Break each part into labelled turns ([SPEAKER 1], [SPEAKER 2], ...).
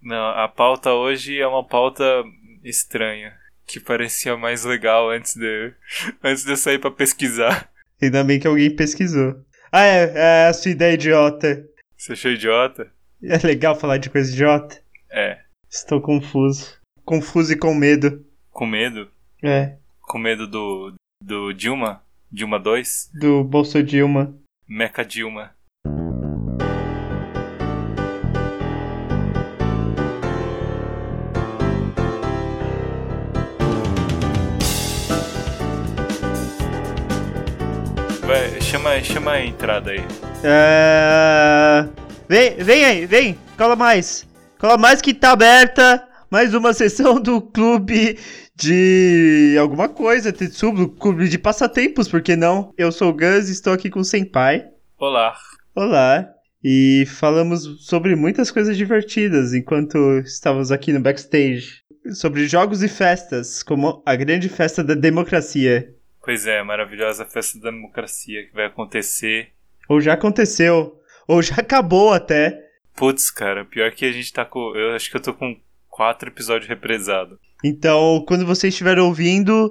[SPEAKER 1] Não, a pauta hoje é uma pauta estranha. Que parecia mais legal antes de, antes de eu sair pra pesquisar.
[SPEAKER 2] Ainda bem que alguém pesquisou. Ah, é, é a sua ideia idiota.
[SPEAKER 1] Você achou idiota?
[SPEAKER 2] É legal falar de coisa idiota?
[SPEAKER 1] É.
[SPEAKER 2] Estou confuso. Confuso e com medo.
[SPEAKER 1] Com medo?
[SPEAKER 2] É.
[SPEAKER 1] Com medo do, do Dilma? Dilma 2?
[SPEAKER 2] Do Bolso Dilma.
[SPEAKER 1] Meca Dilma. Vai, chama, chama a entrada aí.
[SPEAKER 2] É... Vem, vem aí, vem. Cola mais. Cola mais que tá aberta. Mais uma sessão do clube de alguma coisa, Tetsubo, clube de passatempos, por que não? Eu sou o Gus e estou aqui com o Senpai.
[SPEAKER 1] Olá.
[SPEAKER 2] Olá. E falamos sobre muitas coisas divertidas enquanto estávamos aqui no backstage. Sobre jogos e festas, como a grande festa da democracia.
[SPEAKER 1] Pois é, maravilhosa festa da democracia que vai acontecer.
[SPEAKER 2] Ou já aconteceu, ou já acabou até.
[SPEAKER 1] Putz, cara, pior que a gente tá com. Eu acho que eu tô com quatro episódios represados.
[SPEAKER 2] Então, quando você estiver ouvindo,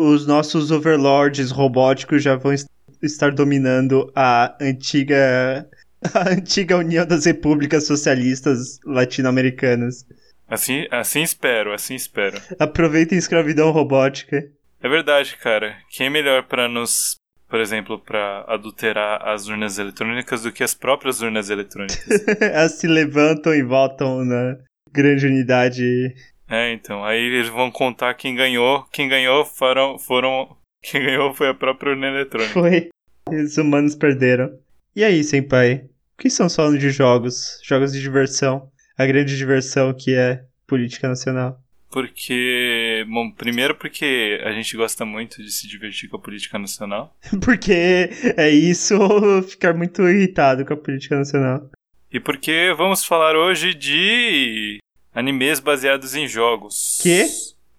[SPEAKER 2] os nossos overlords robóticos já vão est- estar dominando a antiga a antiga União das Repúblicas Socialistas Latino-Americanas.
[SPEAKER 1] Assim, assim espero, assim espero.
[SPEAKER 2] Aproveitem a escravidão robótica.
[SPEAKER 1] É verdade, cara. Quem é melhor pra nos, por exemplo, pra adulterar as urnas eletrônicas do que as próprias urnas eletrônicas?
[SPEAKER 2] Elas se levantam e voltam na grande unidade.
[SPEAKER 1] é, então, aí eles vão contar quem ganhou. Quem ganhou foram foram quem ganhou foi a própria urna eletrônica.
[SPEAKER 2] Foi. Os humanos perderam. E é aí, senpai? O que são falando de jogos? Jogos de diversão. A grande diversão que é política nacional.
[SPEAKER 1] Porque, bom, primeiro porque a gente gosta muito de se divertir com a política nacional.
[SPEAKER 2] Porque é isso ou ficar muito irritado com a política nacional.
[SPEAKER 1] E porque vamos falar hoje de animes baseados em jogos.
[SPEAKER 2] Quê?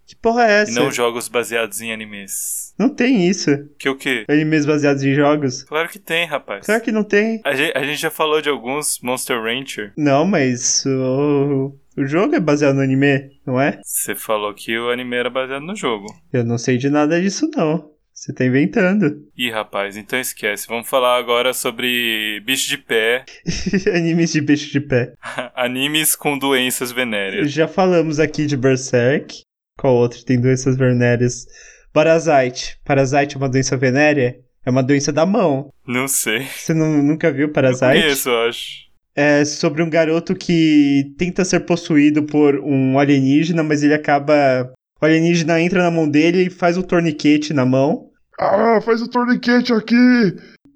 [SPEAKER 2] Que porra é
[SPEAKER 1] E
[SPEAKER 2] essa?
[SPEAKER 1] não jogos baseados em animes.
[SPEAKER 2] Não tem isso.
[SPEAKER 1] Que o quê?
[SPEAKER 2] Animes baseados em jogos?
[SPEAKER 1] Claro que tem, rapaz.
[SPEAKER 2] Claro que não tem.
[SPEAKER 1] A, gente, a gente já falou de alguns Monster Rancher.
[SPEAKER 2] Não, mas o, o jogo é baseado no anime, não é?
[SPEAKER 1] Você falou que o anime era baseado no jogo.
[SPEAKER 2] Eu não sei de nada disso, não. Você tá inventando.
[SPEAKER 1] Ih, rapaz, então esquece. Vamos falar agora sobre bicho de pé,
[SPEAKER 2] Animes de bicho de pé.
[SPEAKER 1] animes com doenças venéreas.
[SPEAKER 2] Já falamos aqui de Berserk. Qual outro tem doenças venéreas? Parasite. Parasite é uma doença venérea? É uma doença da mão.
[SPEAKER 1] Não sei.
[SPEAKER 2] Você nu- nunca viu
[SPEAKER 1] Eu
[SPEAKER 2] Parasite?
[SPEAKER 1] conheço, eu acho.
[SPEAKER 2] É sobre um garoto que tenta ser possuído por um alienígena, mas ele acaba. O alienígena entra na mão dele e faz um torniquete na mão.
[SPEAKER 3] Ah, faz o torniquete aqui!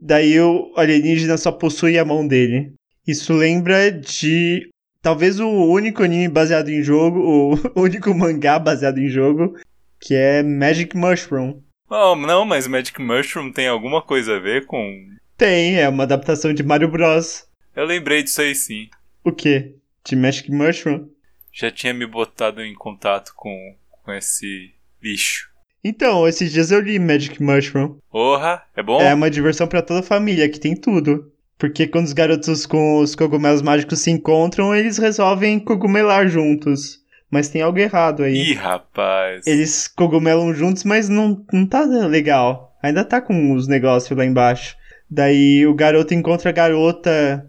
[SPEAKER 2] Daí o alienígena só possui a mão dele. Isso lembra de. Talvez o único anime baseado em jogo, o único mangá baseado em jogo, que é Magic Mushroom.
[SPEAKER 1] Oh, não, mas Magic Mushroom tem alguma coisa a ver com.
[SPEAKER 2] Tem, é uma adaptação de Mario Bros.
[SPEAKER 1] Eu lembrei disso aí sim.
[SPEAKER 2] O quê? De Magic Mushroom?
[SPEAKER 1] já tinha me botado em contato com, com esse bicho.
[SPEAKER 2] Então, esses dias eu li Magic Mushroom.
[SPEAKER 1] Porra, é bom?
[SPEAKER 2] É uma diversão pra toda a família, que tem tudo. Porque quando os garotos com os cogumelos mágicos se encontram, eles resolvem cogumelar juntos. Mas tem algo errado aí.
[SPEAKER 1] Ih, rapaz.
[SPEAKER 2] Eles cogumelam juntos, mas não, não tá legal. Ainda tá com os negócios lá embaixo. Daí o garoto encontra a garota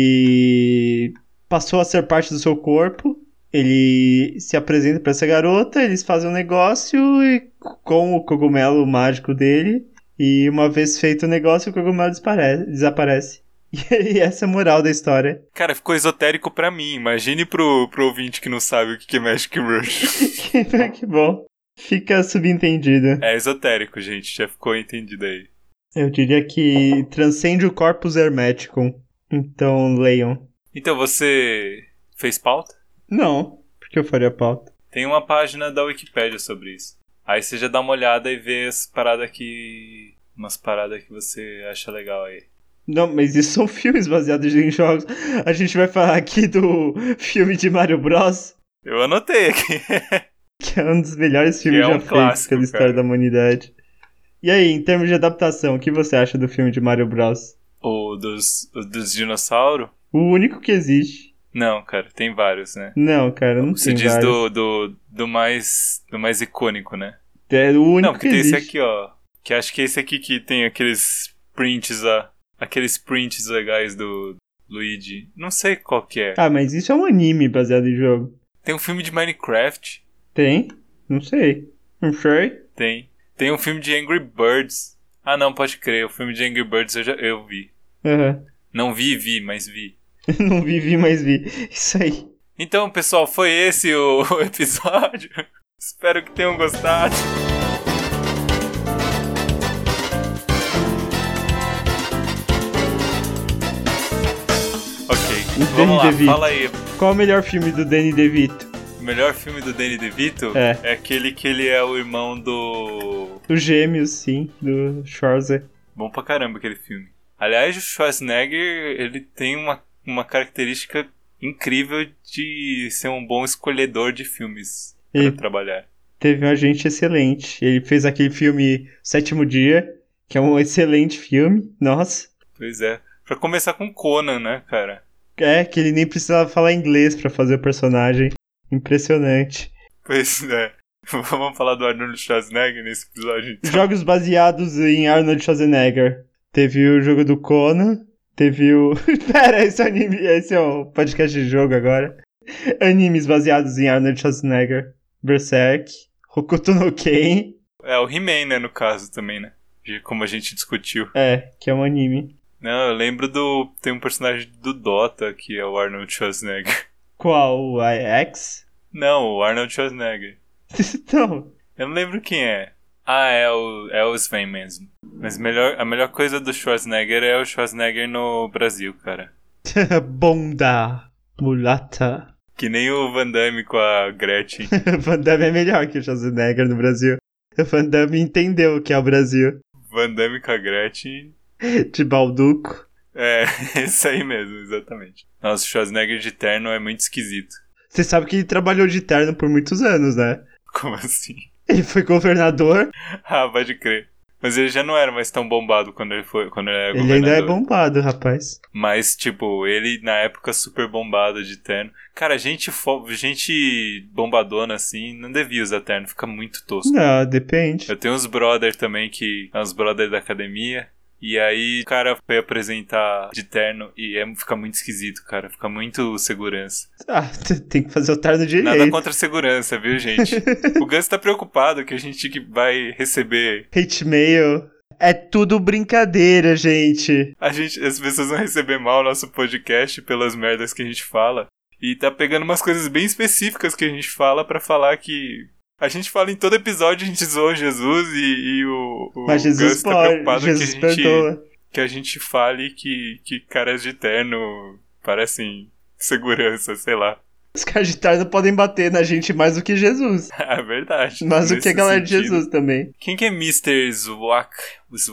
[SPEAKER 2] que passou a ser parte do seu corpo. Ele se apresenta pra essa garota, eles fazem um negócio e com o cogumelo mágico dele. E uma vez feito o negócio, o cogumelo dispare- desaparece. E essa é a moral da história.
[SPEAKER 1] Cara, ficou esotérico pra mim. Imagine pro, pro ouvinte que não sabe o que que é Magic Rush.
[SPEAKER 2] que bom. Fica subentendida.
[SPEAKER 1] é esotérico, gente. Já ficou entendido aí.
[SPEAKER 2] Eu diria que transcende o corpus hermeticum. Então, leiam.
[SPEAKER 1] Então você fez pauta?
[SPEAKER 2] Não, porque eu faria pauta.
[SPEAKER 1] Tem uma página da Wikipédia sobre isso. Aí você já dá uma olhada e vê as paradas que. Umas paradas que você acha legal aí.
[SPEAKER 2] Não, mas isso são filmes baseados em jogos. A gente vai falar aqui do filme de Mario Bros,
[SPEAKER 1] Eu anotei aqui.
[SPEAKER 2] que é um dos melhores filmes
[SPEAKER 1] é um
[SPEAKER 2] já feitos
[SPEAKER 1] clássico,
[SPEAKER 2] pela história
[SPEAKER 1] cara.
[SPEAKER 2] da humanidade. E aí, em termos de adaptação, o que você acha do filme de Mario Bros?
[SPEAKER 1] o dos, o dos dinossauros?
[SPEAKER 2] O único que existe.
[SPEAKER 1] Não, cara, tem vários, né?
[SPEAKER 2] Não, cara, não
[SPEAKER 1] Você
[SPEAKER 2] tem
[SPEAKER 1] diz
[SPEAKER 2] vários.
[SPEAKER 1] do, do, do mais do mais icônico, né?
[SPEAKER 2] É o único
[SPEAKER 1] Não, porque
[SPEAKER 2] que
[SPEAKER 1] tem esse
[SPEAKER 2] existe.
[SPEAKER 1] aqui, ó. Que acho que é esse aqui que tem aqueles prints lá. Aqueles prints legais do Luigi. Não sei qual que é.
[SPEAKER 2] Ah, mas isso é um anime baseado em jogo.
[SPEAKER 1] Tem um filme de Minecraft.
[SPEAKER 2] Tem? Não sei. Não sei.
[SPEAKER 1] Tem. Tem um filme de Angry Birds. Ah, não, pode crer. O filme de Angry Birds eu já eu vi.
[SPEAKER 2] Aham.
[SPEAKER 1] Não vi, vi, mas vi.
[SPEAKER 2] não vi, vi, mas vi. Isso aí.
[SPEAKER 1] Então, pessoal, foi esse o o episódio. Espero que tenham gostado. Ok,
[SPEAKER 2] Danny
[SPEAKER 1] vamos lá,
[SPEAKER 2] DeVito.
[SPEAKER 1] fala aí.
[SPEAKER 2] Qual o melhor filme do Danny DeVito?
[SPEAKER 1] O melhor filme do Danny DeVito
[SPEAKER 2] É.
[SPEAKER 1] aquele que ele é o irmão do.
[SPEAKER 2] Os Gêmeos, sim, do Schwarzer.
[SPEAKER 1] Bom pra caramba aquele filme. Aliás, o Schwarzenegger ele tem uma, uma característica incrível de ser um bom escolhedor de filmes pra
[SPEAKER 2] Ele
[SPEAKER 1] trabalhar.
[SPEAKER 2] teve um agente excelente. Ele fez aquele filme Sétimo Dia, que é um excelente filme. Nossa.
[SPEAKER 1] Pois é. Pra começar com Conan, né, cara?
[SPEAKER 2] É, que ele nem precisava falar inglês pra fazer o personagem. Impressionante.
[SPEAKER 1] Pois é. Vamos falar do Arnold Schwarzenegger nesse episódio. então.
[SPEAKER 2] Jogos baseados em Arnold Schwarzenegger. Teve o jogo do Conan. Teve o. Pera, esse é anime. Esse é o podcast de jogo agora. Animes baseados em Arnold Schwarzenegger. Berserk. Hokuto no Ken.
[SPEAKER 1] É, o He-Man, né, no caso também, né? De Como a gente discutiu.
[SPEAKER 2] É, que é um anime.
[SPEAKER 1] Não, eu lembro do. Tem um personagem do Dota que é o Arnold Schwarzenegger.
[SPEAKER 2] Qual? O X?
[SPEAKER 1] Não, o Arnold Schwarzenegger.
[SPEAKER 2] Então,
[SPEAKER 1] Eu não lembro quem é. Ah, é o, é o Sven mesmo. Mas melhor, a melhor coisa do Schwarzenegger é o Schwarzenegger no Brasil, cara.
[SPEAKER 2] bunda. Mulata.
[SPEAKER 1] Que nem o Van Damme com a Gretchen.
[SPEAKER 2] Van Damme é melhor que o Schwarzenegger no Brasil. O Van Damme entendeu o que é o Brasil.
[SPEAKER 1] Van Damme com a Gretchen
[SPEAKER 2] De balduco.
[SPEAKER 1] É, isso aí mesmo, exatamente. Nossa, o Schwarzenegger de terno é muito esquisito.
[SPEAKER 2] Você sabe que ele trabalhou de terno por muitos anos, né?
[SPEAKER 1] Como assim?
[SPEAKER 2] Ele foi governador,
[SPEAKER 1] Ah, pode crer. Mas ele já não era mais tão bombado quando ele foi, quando ele era
[SPEAKER 2] ele ainda é
[SPEAKER 1] governador.
[SPEAKER 2] bombado, rapaz.
[SPEAKER 1] Mas, tipo, ele na época super bombado de terno. Cara, gente, fo- gente bombadona assim não devia usar terno, fica muito tosco.
[SPEAKER 2] Não, depende.
[SPEAKER 1] Eu tenho uns brother também que. Uns brother da academia. E aí o cara foi apresentar de terno e é, fica muito esquisito, cara. Fica muito segurança.
[SPEAKER 2] Ah, t- tem que fazer o terno
[SPEAKER 1] Nada
[SPEAKER 2] direito.
[SPEAKER 1] contra a segurança, viu, gente? o Gus tá preocupado que a gente que vai receber.
[SPEAKER 2] Hate mail. É tudo brincadeira, gente.
[SPEAKER 1] A gente, as pessoas vão receber mal o nosso podcast pelas merdas que a gente fala. E tá pegando umas coisas bem específicas que a gente fala pra falar que. A gente fala em todo episódio, a gente zoa Jesus e, e o, o
[SPEAKER 2] Mas Jesus
[SPEAKER 1] Gus tá
[SPEAKER 2] pode,
[SPEAKER 1] preocupado
[SPEAKER 2] Jesus
[SPEAKER 1] que, a gente,
[SPEAKER 2] perdoa.
[SPEAKER 1] que a gente fale que, que caras de terno parecem segurança, sei lá.
[SPEAKER 2] Os caras de terno podem bater na gente mais do que Jesus.
[SPEAKER 1] É verdade.
[SPEAKER 2] Mas o que
[SPEAKER 1] nesse
[SPEAKER 2] a galera de
[SPEAKER 1] sentido.
[SPEAKER 2] Jesus também.
[SPEAKER 1] Quem que é Mr. Zwack,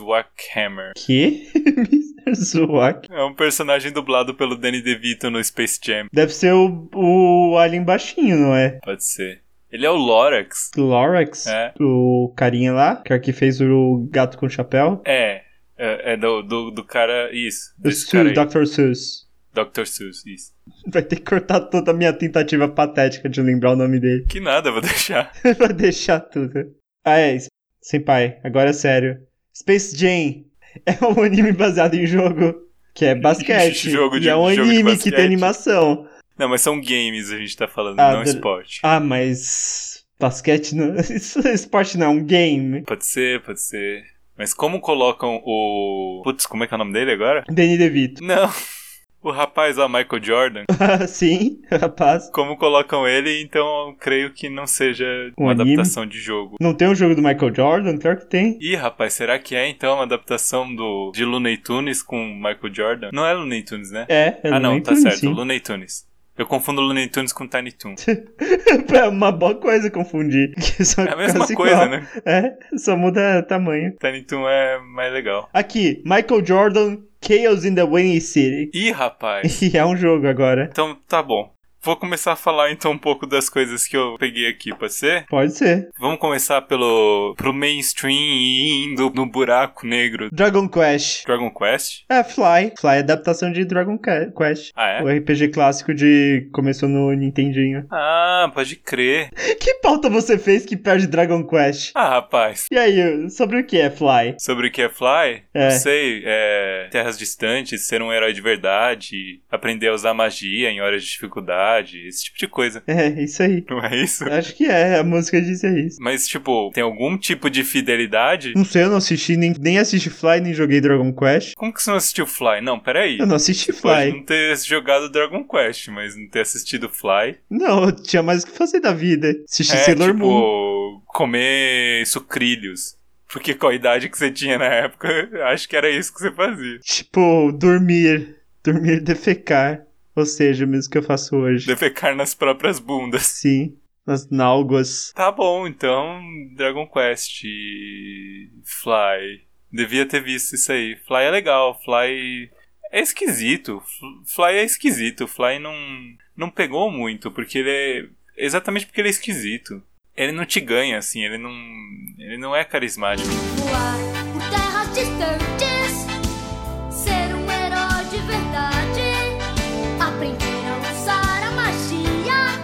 [SPEAKER 1] Zwackhammer?
[SPEAKER 2] Que? Mr. Zwack.
[SPEAKER 1] É um personagem dublado pelo Danny DeVito no Space Jam,
[SPEAKER 2] Deve ser o, o alien baixinho, não é?
[SPEAKER 1] pode ser. Ele é o Lorax?
[SPEAKER 2] Lorax?
[SPEAKER 1] É.
[SPEAKER 2] O carinha lá, que é o que fez o gato com chapéu.
[SPEAKER 1] É, é, é do, do, do cara... Isso,
[SPEAKER 2] O
[SPEAKER 1] desse
[SPEAKER 2] Stu,
[SPEAKER 1] cara aí.
[SPEAKER 2] Dr. Seuss.
[SPEAKER 1] Dr. Seuss, isso.
[SPEAKER 2] Vai ter que cortar toda a minha tentativa patética de lembrar o nome dele.
[SPEAKER 1] Que nada, vou deixar.
[SPEAKER 2] Vai deixar tudo. Ah, é. S- Senpai, agora é sério. Space Jam é um anime baseado em jogo. Que é basquete.
[SPEAKER 1] Jogo de-
[SPEAKER 2] e é um
[SPEAKER 1] jogo de
[SPEAKER 2] anime que
[SPEAKER 1] basquete.
[SPEAKER 2] tem animação.
[SPEAKER 1] Não, mas são games a gente tá falando,
[SPEAKER 2] Ah,
[SPEAKER 1] não
[SPEAKER 2] do-
[SPEAKER 1] esporte.
[SPEAKER 2] Ah, mas. Basquete não. Isso é esporte não, é um game.
[SPEAKER 1] Pode ser, pode ser. Mas como colocam o... Putz, como é que é o nome dele agora?
[SPEAKER 2] Danny DeVito.
[SPEAKER 1] Não, o rapaz lá, Michael Jordan.
[SPEAKER 2] Ah, Sim, rapaz.
[SPEAKER 1] Como colocam ele, então eu creio que não seja
[SPEAKER 2] Um
[SPEAKER 1] uma
[SPEAKER 2] anime?
[SPEAKER 1] adaptação de jogo.
[SPEAKER 2] Não tem o jogo do Michael Jordan? Claro que tem.
[SPEAKER 1] Ih, rapaz, será que é então uma adaptação do de Looney Tunes com Michael Jordan? Não é Looney Tunes, né?
[SPEAKER 2] É, é
[SPEAKER 1] ah, não,
[SPEAKER 2] Looney
[SPEAKER 1] tá
[SPEAKER 2] Tunes,
[SPEAKER 1] certo,
[SPEAKER 2] sim.
[SPEAKER 1] Looney Tunes. Eu confundo Looney Tunes com Tiny Toon.
[SPEAKER 2] É uma boa coisa confundir. que são
[SPEAKER 1] É a mesma
[SPEAKER 2] quase
[SPEAKER 1] coisa,
[SPEAKER 2] igual.
[SPEAKER 1] né?
[SPEAKER 2] É, só muda tamanho.
[SPEAKER 1] Tiny Toon é mais legal.
[SPEAKER 2] Aqui, Michael Jordan, Chaos in the Winning City.
[SPEAKER 1] Ih, rapaz.
[SPEAKER 2] E é um jogo agora.
[SPEAKER 1] Então, tá bom. Vou começar a falar então um pouco das coisas que eu peguei aqui, pode ser?
[SPEAKER 2] Pode ser.
[SPEAKER 1] Vamos começar pelo pro mainstream e indo no buraco negro.
[SPEAKER 2] Dragon Quest.
[SPEAKER 1] Dragon Quest?
[SPEAKER 2] É, Fly. Fly é adaptação de Dragon Ca- Quest.
[SPEAKER 1] Ah, é?
[SPEAKER 2] O RPG clássico de. começou no Nintendinho.
[SPEAKER 1] Ah, pode crer.
[SPEAKER 2] Que pauta você fez que perde Dragon Quest?
[SPEAKER 1] Ah, rapaz.
[SPEAKER 2] E aí, sobre o que é Fly?
[SPEAKER 1] Sobre o que é Fly?
[SPEAKER 2] É.
[SPEAKER 1] Não sei, é, terras distantes, ser um herói de verdade, aprender a usar magia em horas de dificuldade, esse tipo de coisa.
[SPEAKER 2] É, isso aí.
[SPEAKER 1] Não é isso?
[SPEAKER 2] Acho que é, a música diz é isso.
[SPEAKER 1] Mas, tipo, tem algum tipo de fidelidade?
[SPEAKER 2] Não sei, eu não assisti, nem, nem assisti Fly, nem joguei Dragon Quest.
[SPEAKER 1] Como que você não assistiu Fly? Não, peraí.
[SPEAKER 2] Eu não assisti
[SPEAKER 1] Pode
[SPEAKER 2] Fly.
[SPEAKER 1] não ter jogado Dragon Quest, mas não ter assistido Fly.
[SPEAKER 2] Não, eu tinha mais o que fazer da vida. Assisti
[SPEAKER 1] É,
[SPEAKER 2] Sailor Moon.
[SPEAKER 1] tipo, comer sucrilhos. Porque com a idade que você tinha na época, acho que era isso que você fazia.
[SPEAKER 2] Tipo, dormir. Dormir, defecar. Ou seja, o mesmo que eu faço hoje.
[SPEAKER 1] Defecar nas próprias bundas.
[SPEAKER 2] Sim. Nas nálguas.
[SPEAKER 1] Tá bom, então Dragon Quest e Fly. Devia ter visto isso aí. Fly é legal, Fly é esquisito. F- Fly é esquisito, Fly não não pegou muito porque ele é exatamente porque ele é esquisito. Ele não te ganha assim, ele não ele não é carismático.
[SPEAKER 4] voar por terras distantes, ser um herói de verdade, aprender a usar a magia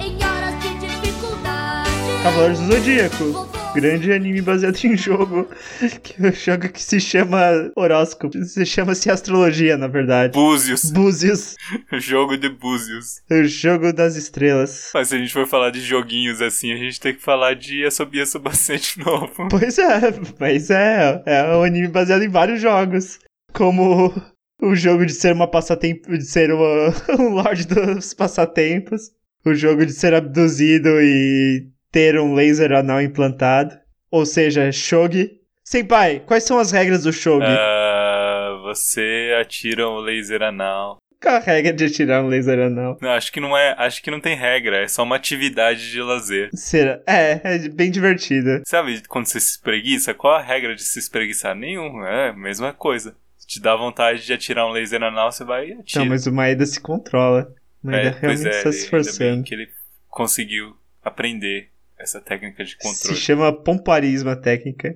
[SPEAKER 4] em horas de dificuldade.
[SPEAKER 2] Cavaleiros do Zodíaco. Grande anime baseado em jogo. Que eu jogo que se chama horóscopo. Se chama-se astrologia, na verdade.
[SPEAKER 1] Búzios,
[SPEAKER 2] Búzios.
[SPEAKER 1] jogo de búzios.
[SPEAKER 2] O jogo das estrelas.
[SPEAKER 1] Mas se a gente for falar de joguinhos assim, a gente tem que falar de Asobia Subacê de novo.
[SPEAKER 2] Pois é, mas é, é um anime baseado em vários jogos, como o jogo de ser uma passatempo, de ser uma, um lorde dos passatempos, o jogo de ser abduzido e ter um laser anal implantado, ou seja, shogi. Senpai, quais são as regras do shogi?
[SPEAKER 1] É. Ah, você atira um laser anal.
[SPEAKER 2] Qual a regra de atirar um laser anal?
[SPEAKER 1] Não, acho que não é. Acho que não tem regra, é só uma atividade de lazer.
[SPEAKER 2] Será? É, é bem divertida.
[SPEAKER 1] Sabe quando você se espreguiça? Qual a regra de se espreguiçar? Nenhuma, é a mesma coisa. Se te dá vontade de atirar um laser anal, você vai e atira.
[SPEAKER 2] Não, Então, mas o Maeda se controla. O
[SPEAKER 1] É,
[SPEAKER 2] Maeda
[SPEAKER 1] pois
[SPEAKER 2] realmente
[SPEAKER 1] é,
[SPEAKER 2] está
[SPEAKER 1] ele-
[SPEAKER 2] se
[SPEAKER 1] ainda bem
[SPEAKER 2] esforçando.
[SPEAKER 1] que ele conseguiu aprender essa técnica de
[SPEAKER 2] Se
[SPEAKER 1] controle.
[SPEAKER 2] chama pomparismo a técnica.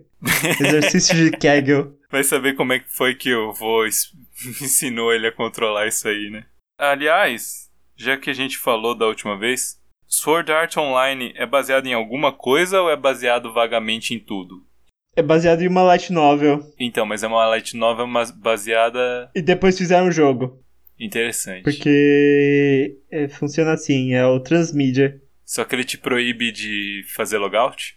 [SPEAKER 2] Exercício de Kegel.
[SPEAKER 1] Vai saber como é que foi que o vô es- ensinou ele a controlar isso aí, né? Aliás, já que a gente falou da última vez, Sword Art Online é baseado em alguma coisa ou é baseado vagamente em tudo?
[SPEAKER 2] É baseado em uma light novel.
[SPEAKER 1] Então, mas é uma light novel mas baseada
[SPEAKER 2] E depois fizeram um jogo.
[SPEAKER 1] interessante.
[SPEAKER 2] Porque é, funciona assim, é o transmídia.
[SPEAKER 1] Só que ele te proíbe de fazer logout?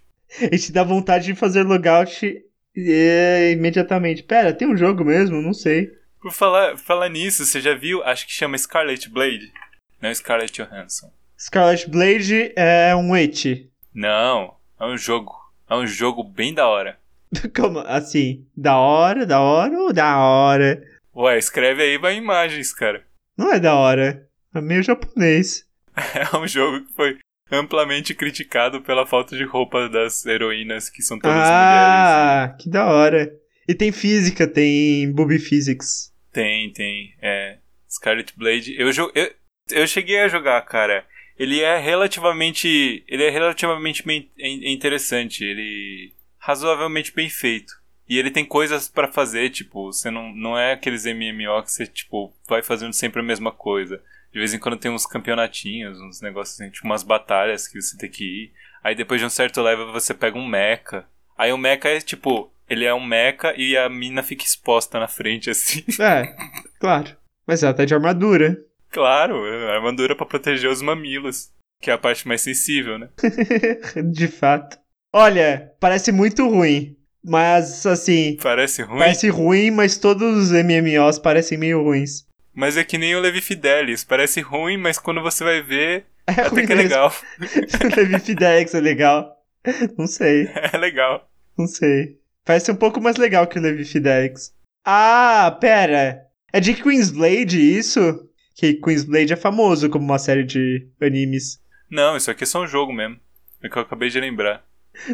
[SPEAKER 2] E te dá vontade de fazer logout é, imediatamente. Pera, tem um jogo mesmo? Não sei.
[SPEAKER 1] Por falar, falar nisso, você já viu? Acho que chama Scarlet Blade. Não Scarlet Johansson.
[SPEAKER 2] Scarlet Blade é um it.
[SPEAKER 1] Não, é um jogo. É um jogo bem da hora.
[SPEAKER 2] Como assim? Da hora, da hora ou da hora?
[SPEAKER 1] Ué, escreve aí vai imagens, cara.
[SPEAKER 2] Não é da hora. É meio japonês.
[SPEAKER 1] É um jogo que foi amplamente criticado pela falta de roupa das heroínas que são todas mulheres.
[SPEAKER 2] Ah, que da hora. E tem física, tem booby physics.
[SPEAKER 1] Tem, tem. É. Scarlet Blade. Eu, jo- eu, eu cheguei a jogar, cara. Ele é relativamente. Ele é relativamente bem- in- interessante. Ele. razoavelmente bem feito. E ele tem coisas pra fazer, tipo, você não, não é aqueles MMO que você, tipo, vai fazendo sempre a mesma coisa. De vez em quando tem uns campeonatinhos, uns negócios assim, tipo umas batalhas que você tem que ir. Aí depois de um certo level você pega um mecha. Aí o mecha é tipo, ele é um mecha e a mina fica exposta na frente assim.
[SPEAKER 2] É, claro. Mas ela tá de armadura.
[SPEAKER 1] Claro, a armadura é pra proteger os mamilos, que é a parte mais sensível, né?
[SPEAKER 2] de fato. Olha, parece muito ruim. Mas, assim,
[SPEAKER 1] Parece ruim,
[SPEAKER 2] parece ruim, mas todos os MMOs parecem meio ruins.
[SPEAKER 1] mas é que nem o Levi Fidelis. Parece ruim, mas quando você vai ver,
[SPEAKER 2] É
[SPEAKER 1] até
[SPEAKER 2] ruim
[SPEAKER 1] que é
[SPEAKER 2] mesmo.
[SPEAKER 1] legal.
[SPEAKER 2] Levi Fidex é legal. Não sei,
[SPEAKER 1] É legal.
[SPEAKER 2] não sei. Parece um pouco mais legal que o Levi Fidex. Ah, pera. É de Queensblade isso? Que Queensblade é famoso como uma série de animes.
[SPEAKER 1] Não, isso aqui é só um jogo mesmo. É o que eu acabei de lembrar.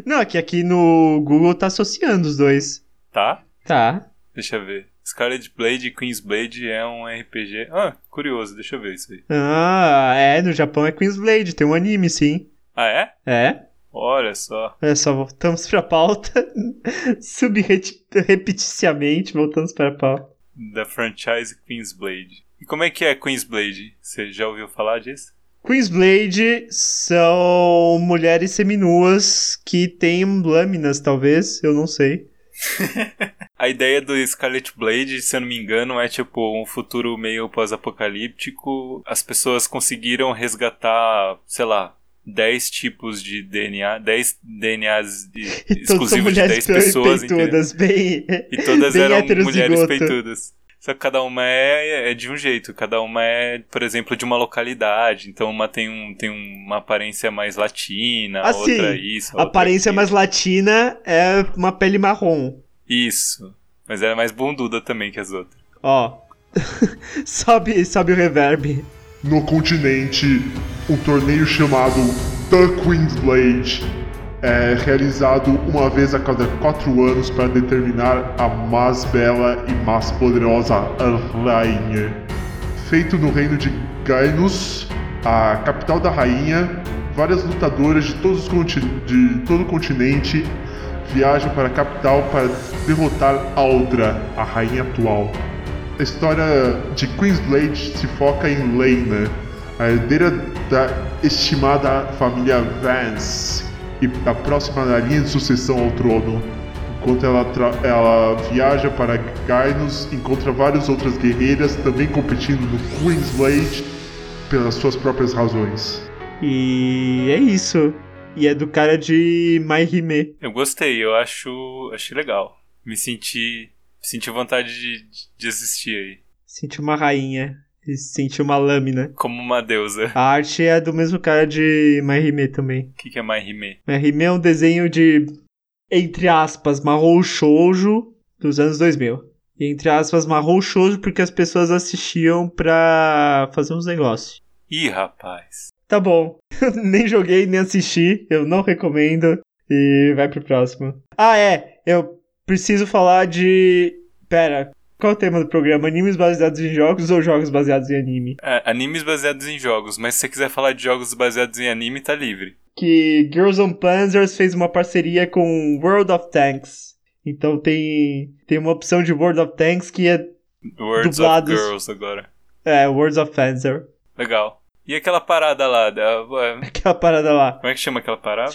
[SPEAKER 2] Não, é que aqui no Google tá associando os dois.
[SPEAKER 1] Tá?
[SPEAKER 2] Tá.
[SPEAKER 1] Deixa eu ver. Scarlet Blade e Queen's Blade é um RPG. Ah, curioso, deixa eu ver isso aí.
[SPEAKER 2] Ah, é, no Japão é Queensblade, tem um anime, sim.
[SPEAKER 1] Ah, é?
[SPEAKER 2] É?
[SPEAKER 1] Olha só.
[SPEAKER 2] Olha só, voltamos pra pauta. Subrepeticiamente, voltamos pra pauta.
[SPEAKER 1] Da franchise Queen's Blade. E como é que é Queen's Blade? Você já ouviu falar disso?
[SPEAKER 2] Queensblade são mulheres seminuas que têm lâminas, talvez, eu não sei.
[SPEAKER 1] A ideia do Scarlet Blade, se eu não me engano, é tipo um futuro meio pós-apocalíptico. As pessoas conseguiram resgatar, sei lá, 10 tipos de DNA, 10 DNAs de,
[SPEAKER 2] E todas Então, são
[SPEAKER 1] exclusivos de 10
[SPEAKER 2] mulheres
[SPEAKER 1] pessoas, entendeu?
[SPEAKER 2] peitudas, bem...
[SPEAKER 1] E todas
[SPEAKER 2] Bem
[SPEAKER 1] eram
[SPEAKER 2] héterozigoto.
[SPEAKER 1] mulheres peitudas. Só que cada uma é, é de um jeito, cada uma é, por exemplo, de uma localidade. Então uma tem, um, tem uma aparência mais latina, a
[SPEAKER 2] Assim,
[SPEAKER 1] outra isso. a
[SPEAKER 2] A
[SPEAKER 1] outra
[SPEAKER 2] aparência
[SPEAKER 1] aquilo.
[SPEAKER 2] mais latina é uma pele marrom.
[SPEAKER 1] Isso. Mas ela é mais bunduda também que as outras.
[SPEAKER 2] Ó. sobe, sobe o reverb.
[SPEAKER 3] No continente, um torneio chamado The Queen's Blade é realizado uma vez a cada quatro anos para determinar a mais bela e mais poderosa rainha. Feito no reino de Gainus, a capital da rainha, várias lutadoras de, todos os conti- de todo o continente viajam para a capital para derrotar Aldra, a rainha atual. A história de Queensblade se foca em Lena, a herdeira da estimada família Vance e a próxima na linha de sucessão ao trono. Enquanto ela, tra- ela viaja para Gainus, encontra várias outras guerreiras também competindo no Queensblade pelas suas próprias razões.
[SPEAKER 2] E é isso. E é do cara de Mai Hime.
[SPEAKER 1] Eu gostei, eu acho. achei legal. Me senti. Senti vontade de, de assistir aí.
[SPEAKER 2] Sente uma rainha. E sente uma lâmina.
[SPEAKER 1] Como uma deusa.
[SPEAKER 2] A arte é do mesmo cara de Mai Hime também.
[SPEAKER 1] O que, que é mais rime?
[SPEAKER 2] Mai Hime é um desenho de, entre aspas, marrom shoujo dos anos 2000. E entre aspas, marrom shoujo porque as pessoas assistiam pra fazer uns negócios.
[SPEAKER 1] Ih, rapaz.
[SPEAKER 2] Tá bom. nem joguei, nem assisti. Eu não recomendo. E vai pro próximo. Ah, é. Eu preciso falar de. Pera. Qual é o tema do programa? Animes baseados em jogos ou jogos baseados em anime?
[SPEAKER 1] É, animes baseados em jogos, mas se você quiser falar de jogos baseados em anime, tá livre.
[SPEAKER 2] Que Girls on Panzers fez uma parceria com World of Tanks. Então tem, tem uma opção de World of Tanks que é,
[SPEAKER 1] Words
[SPEAKER 2] Dublados.
[SPEAKER 1] of Girls agora.
[SPEAKER 2] é World of Panzer.
[SPEAKER 1] Legal. E aquela parada lá da. ué,
[SPEAKER 2] Aquela parada lá.
[SPEAKER 1] Como é que chama aquela parada?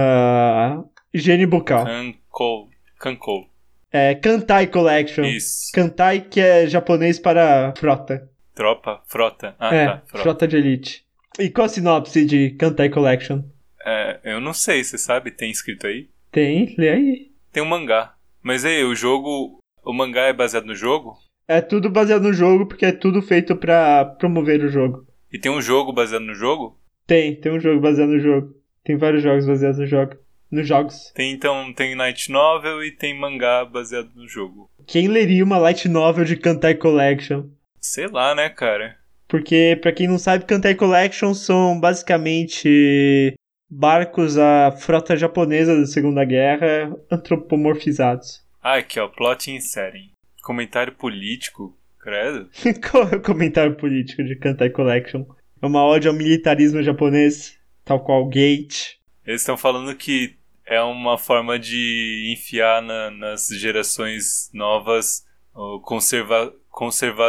[SPEAKER 2] Chama. Higiene Bucal.
[SPEAKER 1] Kankou. Kankou.
[SPEAKER 2] É Kantai Collection.
[SPEAKER 1] Isso.
[SPEAKER 2] Kantai, que é japonês para frota.
[SPEAKER 1] Tropa? Frota? Ah,
[SPEAKER 2] é,
[SPEAKER 1] tá.
[SPEAKER 2] frota.
[SPEAKER 1] Frota.
[SPEAKER 2] de elite. E qual a sinopse de Kantai Collection?
[SPEAKER 1] É, eu não sei, você sabe? Tem escrito aí?
[SPEAKER 2] Tem, lê aí.
[SPEAKER 1] Tem um mangá. Mas aí, o jogo. O mangá é baseado no jogo?
[SPEAKER 2] É tudo baseado no jogo, porque é tudo feito pra promover o jogo.
[SPEAKER 1] E tem um jogo baseado no jogo?
[SPEAKER 2] Tem, tem um jogo baseado no jogo. Tem vários jogos baseados no jogo. Nos jogos.
[SPEAKER 1] Tem então, tem Night Novel e tem mangá baseado no jogo.
[SPEAKER 2] Quem leria uma light novel de Kantai Collection?
[SPEAKER 1] Sei lá, né, cara?
[SPEAKER 2] Porque, pra quem não sabe, Kantai Collection são basicamente barcos à frota japonesa da Segunda Guerra antropomorfizados.
[SPEAKER 1] Ah, aqui ó, plot inserem. Comentário político, credo.
[SPEAKER 2] Qual é o comentário político de Kantai Collection? É uma ódio ao militarismo japonês, tal qual Gate.
[SPEAKER 1] Eles estão falando que é uma forma de enfiar na- nas gerações novas o conserva-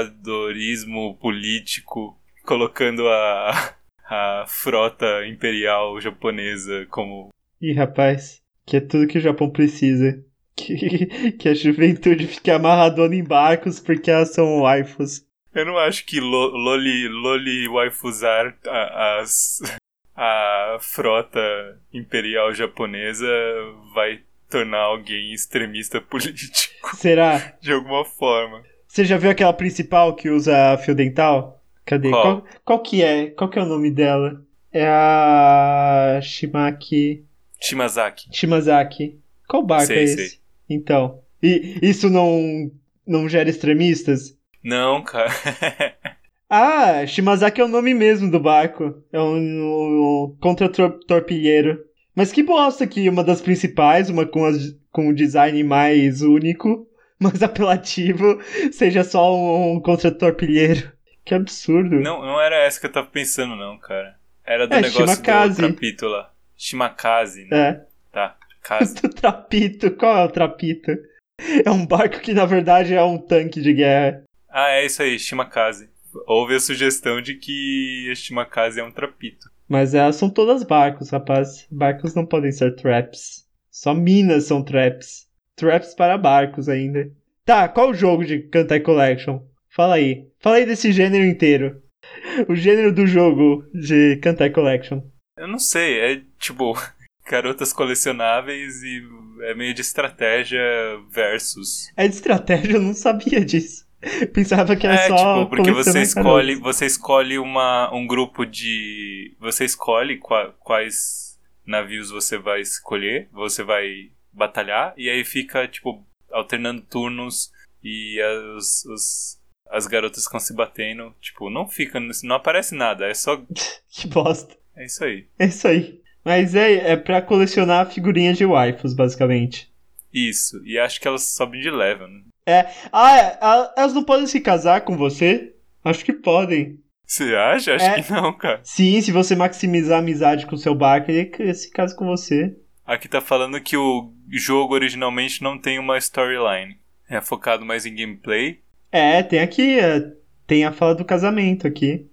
[SPEAKER 1] conservadorismo político, colocando a, a frota imperial japonesa como.
[SPEAKER 2] Ih, rapaz, que é tudo que o Japão precisa. Que, que a juventude fique amarradona em barcos porque elas são waifus.
[SPEAKER 1] Eu não acho que lo- Loli, Loli waifuzar a, as- a frota imperial japonesa vai tornar alguém extremista político
[SPEAKER 2] Será?
[SPEAKER 1] de alguma forma.
[SPEAKER 2] Você já viu aquela principal que usa fio dental? Cadê?
[SPEAKER 1] Qual?
[SPEAKER 2] qual que é? Qual que é o nome dela? É a Shimaki...
[SPEAKER 1] Shimazaki.
[SPEAKER 2] Shimazaki. Qual barco
[SPEAKER 1] Sei,
[SPEAKER 2] é esse?
[SPEAKER 1] sei.
[SPEAKER 2] Então. E isso não, não gera extremistas?
[SPEAKER 1] Não, cara.
[SPEAKER 2] Ah, Shimazaki é o nome mesmo do barco. É um, um, um contra-torpilheiro. Mas que bosta que uma das principais, uma com, as, com o design mais único, mais apelativo seja só um, um contra-torpilheiro. Que absurdo.
[SPEAKER 1] Não, não era essa que eu tava pensando, não, cara. Era do
[SPEAKER 2] É,
[SPEAKER 1] negócio
[SPEAKER 2] Shimakaze.
[SPEAKER 1] do trapito lá. Shimakaze, né?
[SPEAKER 2] É.
[SPEAKER 1] Tá, Kaze.
[SPEAKER 2] Do trapito. Qual é o trapito? É um barco que na verdade é um tanque de guerra.
[SPEAKER 1] Ah, é isso aí, Shimakaze. Houve a sugestão de que a Shimakaze é um trapito.
[SPEAKER 2] Mas elas são todas barcos, rapaz. Barcos não podem ser traps. Só minas são traps. Traps para barcos ainda. Tá, qual o jogo de Kantai Collection? Fala aí. Fala aí desse gênero inteiro. O gênero do jogo de Kantai Collection.
[SPEAKER 1] Eu não sei, é tipo garotas colecionáveis e é meio de estratégia versus.
[SPEAKER 2] É de estratégia, eu não sabia disso. Pensava que era
[SPEAKER 1] É,
[SPEAKER 2] Então só.
[SPEAKER 1] tipo, porque você
[SPEAKER 2] colecionar
[SPEAKER 1] escolhe,
[SPEAKER 2] garotos.
[SPEAKER 1] você escolhe uma, um grupo de. Você escolhe qua- quais navios você vai escolher, você vai batalhar, e aí fica, tipo, alternando turnos e as, os- as garotas ficam se batendo. Tipo, não fica. Não aparece nada, é só.
[SPEAKER 2] Que bosta.
[SPEAKER 1] É isso aí.
[SPEAKER 2] É isso aí. Mas é, é pra colecionar figurinhas de waifus, basicamente.
[SPEAKER 1] Isso. E acho que elas sobem de level, né?
[SPEAKER 2] Ah, é, a- elas não podem se casar com você? Acho que podem.
[SPEAKER 1] Você acha? Acho
[SPEAKER 2] É.
[SPEAKER 1] que não, cara.
[SPEAKER 2] Sim, se você maximizar a amizade com o seu barco, ele c- se casa com você.
[SPEAKER 1] Aqui tá falando que o jogo originalmente não tem uma storyline. É focado mais em gameplay.
[SPEAKER 2] É, tem aqui, é, tem a fala do casamento aqui.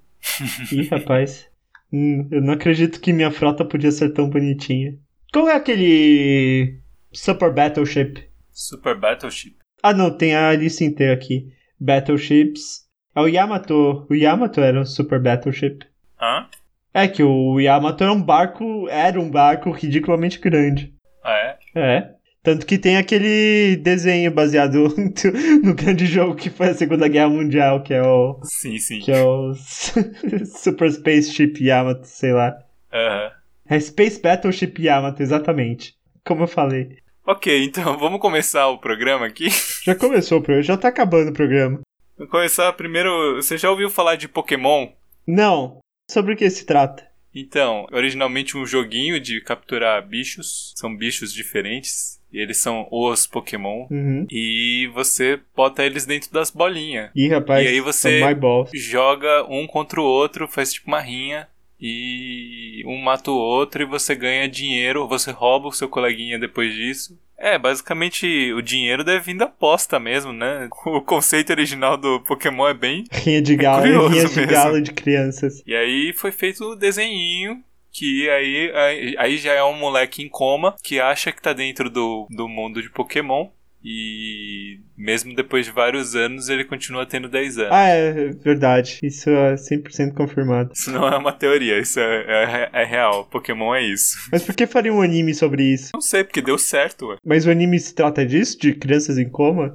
[SPEAKER 2] Ih, rapaz. Hum, eu não acredito que minha frota podia ser tão bonitinha. Qual é aquele Super Battleship?
[SPEAKER 1] Super Battleship.
[SPEAKER 2] Ah, não, tem a lista inteira aqui. Battleships. É o Yamato. O Yamato era um super battleship.
[SPEAKER 1] Hã?
[SPEAKER 2] É que o Yamato é um barco. Era um barco ridiculamente grande.
[SPEAKER 1] Ah, é?
[SPEAKER 2] É. Tanto que tem aquele desenho baseado no grande jogo que foi a Segunda Guerra Mundial, que é o.
[SPEAKER 1] Sim, sim.
[SPEAKER 2] Que é o Super Spaceship Yamato, sei lá.
[SPEAKER 1] Aham.
[SPEAKER 2] É Space Battleship Yamato, exatamente. Como eu falei.
[SPEAKER 1] Ok, então vamos começar o programa aqui.
[SPEAKER 2] Já começou o programa, já tá acabando o programa.
[SPEAKER 1] Vamos começar primeiro. Você já ouviu falar de Pokémon?
[SPEAKER 2] Não. Sobre o que se trata?
[SPEAKER 1] Então, originalmente um joguinho de capturar bichos. São bichos diferentes. E eles são os Pokémon.
[SPEAKER 2] Uhum.
[SPEAKER 1] E você bota eles dentro das bolinhas.
[SPEAKER 2] Ih, rapaz,
[SPEAKER 1] E aí você-
[SPEAKER 2] são my balls.
[SPEAKER 1] joga um contra o outro, faz tipo uma rinha e um mata o outro e você ganha dinheiro, você rouba o seu coleguinha depois disso. É, basicamente o dinheiro deve vir da aposta mesmo, né? O conceito original do Pokémon é bem.
[SPEAKER 2] Rinha de galo,
[SPEAKER 1] É curioso
[SPEAKER 2] rinha de
[SPEAKER 1] mesmo.
[SPEAKER 2] galo de crianças.
[SPEAKER 1] E aí foi feito o desenhinho. Que aí, aí, aí já é um moleque em coma que acha que tá dentro do, do mundo de Pokémon. E mesmo depois de vários anos, ele continua tendo 10 anos.
[SPEAKER 2] Ah, é verdade. Isso é 100% confirmado.
[SPEAKER 1] Isso não é uma teoria, isso é, é- é real. Pokémon é isso.
[SPEAKER 2] Mas por que faria um anime sobre isso?
[SPEAKER 1] Não sei, porque deu certo, ué.
[SPEAKER 2] Mas o anime se trata disso? De crianças em coma?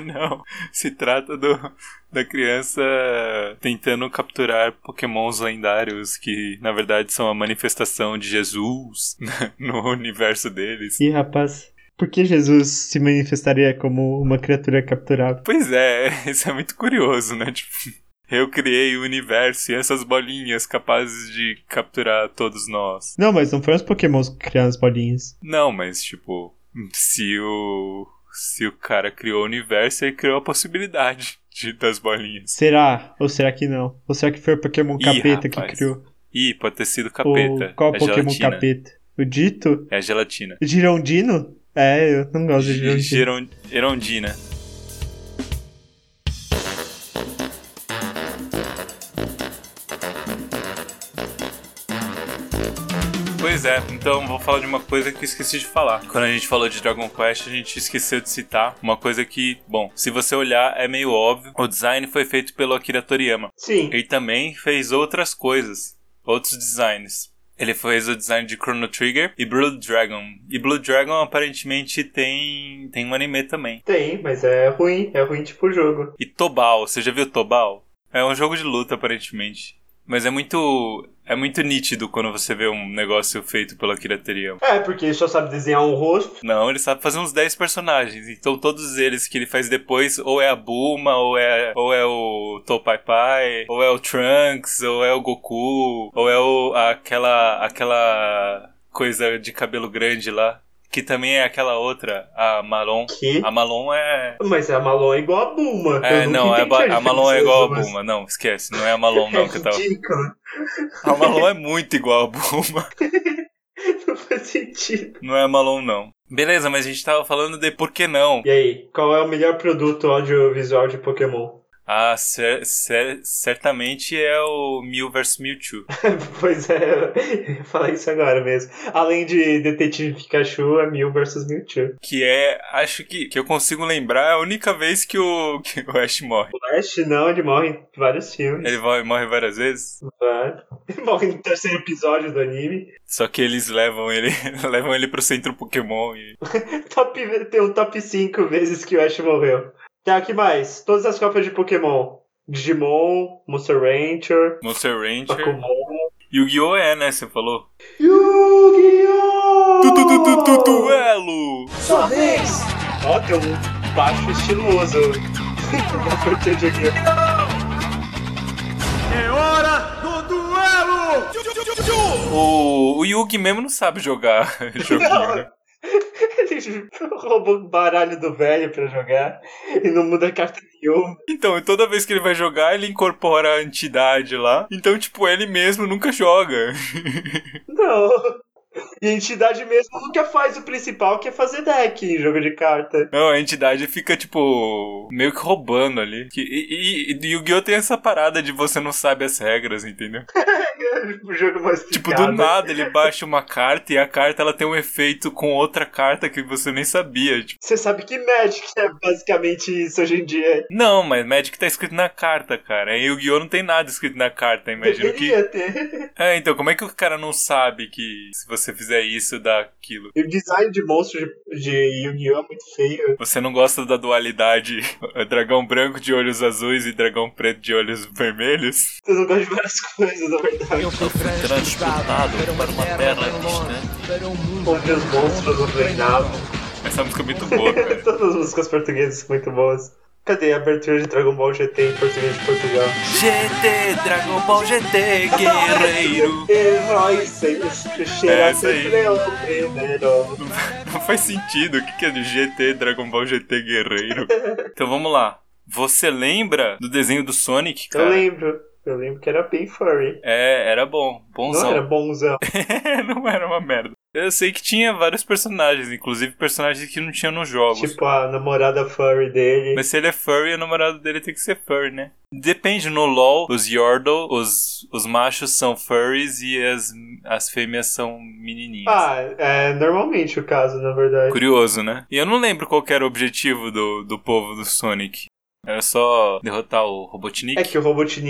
[SPEAKER 1] Não. Se trata do, da criança tentando capturar pokémons lendários que, na verdade, são a manifestação de Jesus né, no universo deles.
[SPEAKER 2] Ih, rapaz. Por que Jesus se manifestaria como uma criatura capturada?
[SPEAKER 1] Pois é, isso é muito curioso, né? Tipo, eu criei o universo e essas bolinhas capazes de capturar todos nós.
[SPEAKER 2] Não, mas não foram os pokémons que criaram as bolinhas.
[SPEAKER 1] Não, mas tipo, se o se o cara criou o universo, ele criou a possibilidade de, das bolinhas.
[SPEAKER 2] Será? Ou será que não? Ou será que foi o pokémon
[SPEAKER 1] Ih,
[SPEAKER 2] capeta que
[SPEAKER 1] rapaz.
[SPEAKER 2] criou?
[SPEAKER 1] Ih, pode ter sido
[SPEAKER 2] Ou
[SPEAKER 1] capeta.
[SPEAKER 2] qual
[SPEAKER 1] é
[SPEAKER 2] pokémon
[SPEAKER 1] gelatina.
[SPEAKER 2] capeta? O dito?
[SPEAKER 1] É a gelatina.
[SPEAKER 2] Girondino? É, eu não gosto de girondino.
[SPEAKER 1] Geron- né? Gerondina. Pois é, então vou falar de uma coisa que eu esqueci de falar. Quando a gente falou de Dragon Quest, a gente esqueceu de citar uma coisa que, bom, se você olhar é meio óbvio. O design foi feito pelo Akira Toriyama.
[SPEAKER 2] Sim.
[SPEAKER 1] Ele também fez outras coisas, outros designs. Ele fez o design de Chrono Trigger e Blue Dragon. E Blue Dragon aparentemente tem tem um anime também.
[SPEAKER 2] Tem, mas é ruim. É ruim tipo jogo.
[SPEAKER 1] E Tobal, você já viu Tobal? É um jogo de luta aparentemente, mas é muito é muito nítido quando você vê um negócio feito pela Akira Toriyama.
[SPEAKER 2] É, porque ele só sabe desenhar um rosto.
[SPEAKER 1] Não, ele sabe fazer uns 10 personagens. Então todos eles que ele faz depois, ou é a Bulma, ou é, ou é o Topai Pai, ou é o Trunks, ou é o Goku, ou é o, aquela, aquela coisa de cabelo grande lá. Que também é aquela outra, a Malon.
[SPEAKER 2] Que?
[SPEAKER 1] A Malon é.
[SPEAKER 2] Mas a Malon é igual a Buma.
[SPEAKER 1] É,
[SPEAKER 2] Eu nunca
[SPEAKER 1] não, é
[SPEAKER 2] entendi
[SPEAKER 1] ba- a Malon é
[SPEAKER 2] diferença,
[SPEAKER 1] igual a
[SPEAKER 2] mas-
[SPEAKER 1] Buma. Não, esquece. Não é a Malon, não, que eu
[SPEAKER 2] É
[SPEAKER 1] tava.
[SPEAKER 2] ridículo.
[SPEAKER 1] A Malon é muito igual a Buma.
[SPEAKER 2] Não faz sentido.
[SPEAKER 1] Não é a Malon, não. Beleza, mas a gente tava falando de por que não.
[SPEAKER 2] E aí, qual é o melhor produto audiovisual de Pokémon?
[SPEAKER 1] Ah, cer- cer- certamente é o Mew vs Mewtwo.
[SPEAKER 2] pois é, eu ia falar isso agora mesmo. Além de Detetive Pikachu, é Mew versus Mewtwo.
[SPEAKER 1] Que é, acho que, que eu consigo lembrar, é a única vez que o, que o Ash morre.
[SPEAKER 2] O Ash não, ele morre em vários filmes.
[SPEAKER 1] Ele vai- morre várias vezes,
[SPEAKER 2] Vai. Ele morre no terceiro episódio do anime.
[SPEAKER 1] só que eles levam ele, levam ele pro centro Pokémon e
[SPEAKER 2] Top, tem o top 5 vezes que o Ash morreu. Tá, que mais? Todas as copas de Pokémon. Digimon, Monster Rancher,
[SPEAKER 1] Monster Ranger.
[SPEAKER 2] Pokémon.
[SPEAKER 1] Yu-Gi-Oh! é, né? Você falou?
[SPEAKER 2] Yu-Gi-Oh! É
[SPEAKER 1] Du, du, du, du, du, duelo!
[SPEAKER 2] Ó, tem um baixo estiloso. Eu te digo.
[SPEAKER 1] O, o Yugi mesmo não sabe jogar joguinho.
[SPEAKER 2] Não. Ele roubou o baralho do velho pra jogar e não muda carta nenhuma.
[SPEAKER 1] Então, e toda vez que ele vai jogar, ele incorpora a entidade lá. Então, tipo, ele mesmo nunca joga.
[SPEAKER 2] Não. E a entidade mesmo nunca faz o principal, que é fazer deck em jogo de carta.
[SPEAKER 1] Não, a entidade fica, tipo, meio que roubando ali. Que- E, e, e Yu-Gi-Oh! tem essa parada de você não sabe as regras, entendeu?
[SPEAKER 2] O É um jogo mais
[SPEAKER 1] Tipo, do nada ele baixa uma carta e a carta ela tem um efeito com outra carta que você nem sabia. Tipo,
[SPEAKER 2] Você sabe que Magic é basicamente isso hoje em dia.
[SPEAKER 1] não, mas Magic tá escrito na carta, cara. E Yu-Gi-Oh! não tem nada escrito na carta, imagino que.
[SPEAKER 2] Deveria ter.
[SPEAKER 1] É, então, como é que o cara não sabe que se você fizer isso, dá aquilo?
[SPEAKER 2] E o design de monstro de, de Yu-Gi-Oh! é muito feio.
[SPEAKER 1] Você não gosta da dualidade dragão branco de olhos azuis e dragão preto de olhos vermelhos?
[SPEAKER 2] Vocês não gostam de várias coisas, na verdade.
[SPEAKER 1] Transportado para uma terra distante.
[SPEAKER 2] Onde os monstros não treinavam.
[SPEAKER 1] Essa música é muito boa, cara.
[SPEAKER 2] Todas as músicas portuguesas são muito boas. Cadê a abertura de Dragon Ball GT em português de Portugal?
[SPEAKER 1] GT, Dragon Ball GT, guerreiro.
[SPEAKER 2] Herói sem cheira
[SPEAKER 1] É, isso aí.
[SPEAKER 2] sempre é o primeiro.
[SPEAKER 1] Não faz sentido. O que que é de GT, Dragon Ball GT, guerreiro? Então vamos lá. Você lembra do desenho do Sonic,
[SPEAKER 2] Eu
[SPEAKER 1] cara?
[SPEAKER 2] lembro. Eu lembro que era bem furry.
[SPEAKER 1] É, era bom. Bonzão.
[SPEAKER 2] Não era bonzão.
[SPEAKER 1] não era uma merda. Eu sei que tinha vários personagens, inclusive personagens que não tinham nos jogos.
[SPEAKER 2] Tipo a namorada furry dele.
[SPEAKER 1] Mas se ele é furry, o namorado dele tem que ser furry, né? Depende, no LoL, os Yordle, os, os machos são furries e as, as fêmeas são menininhas.
[SPEAKER 2] Ah, é normalmente o caso, na verdade.
[SPEAKER 1] Curioso, né? E eu não lembro qual que era o objetivo do, do povo do Sonic. Era só derrotar o Robotnik?
[SPEAKER 2] É que o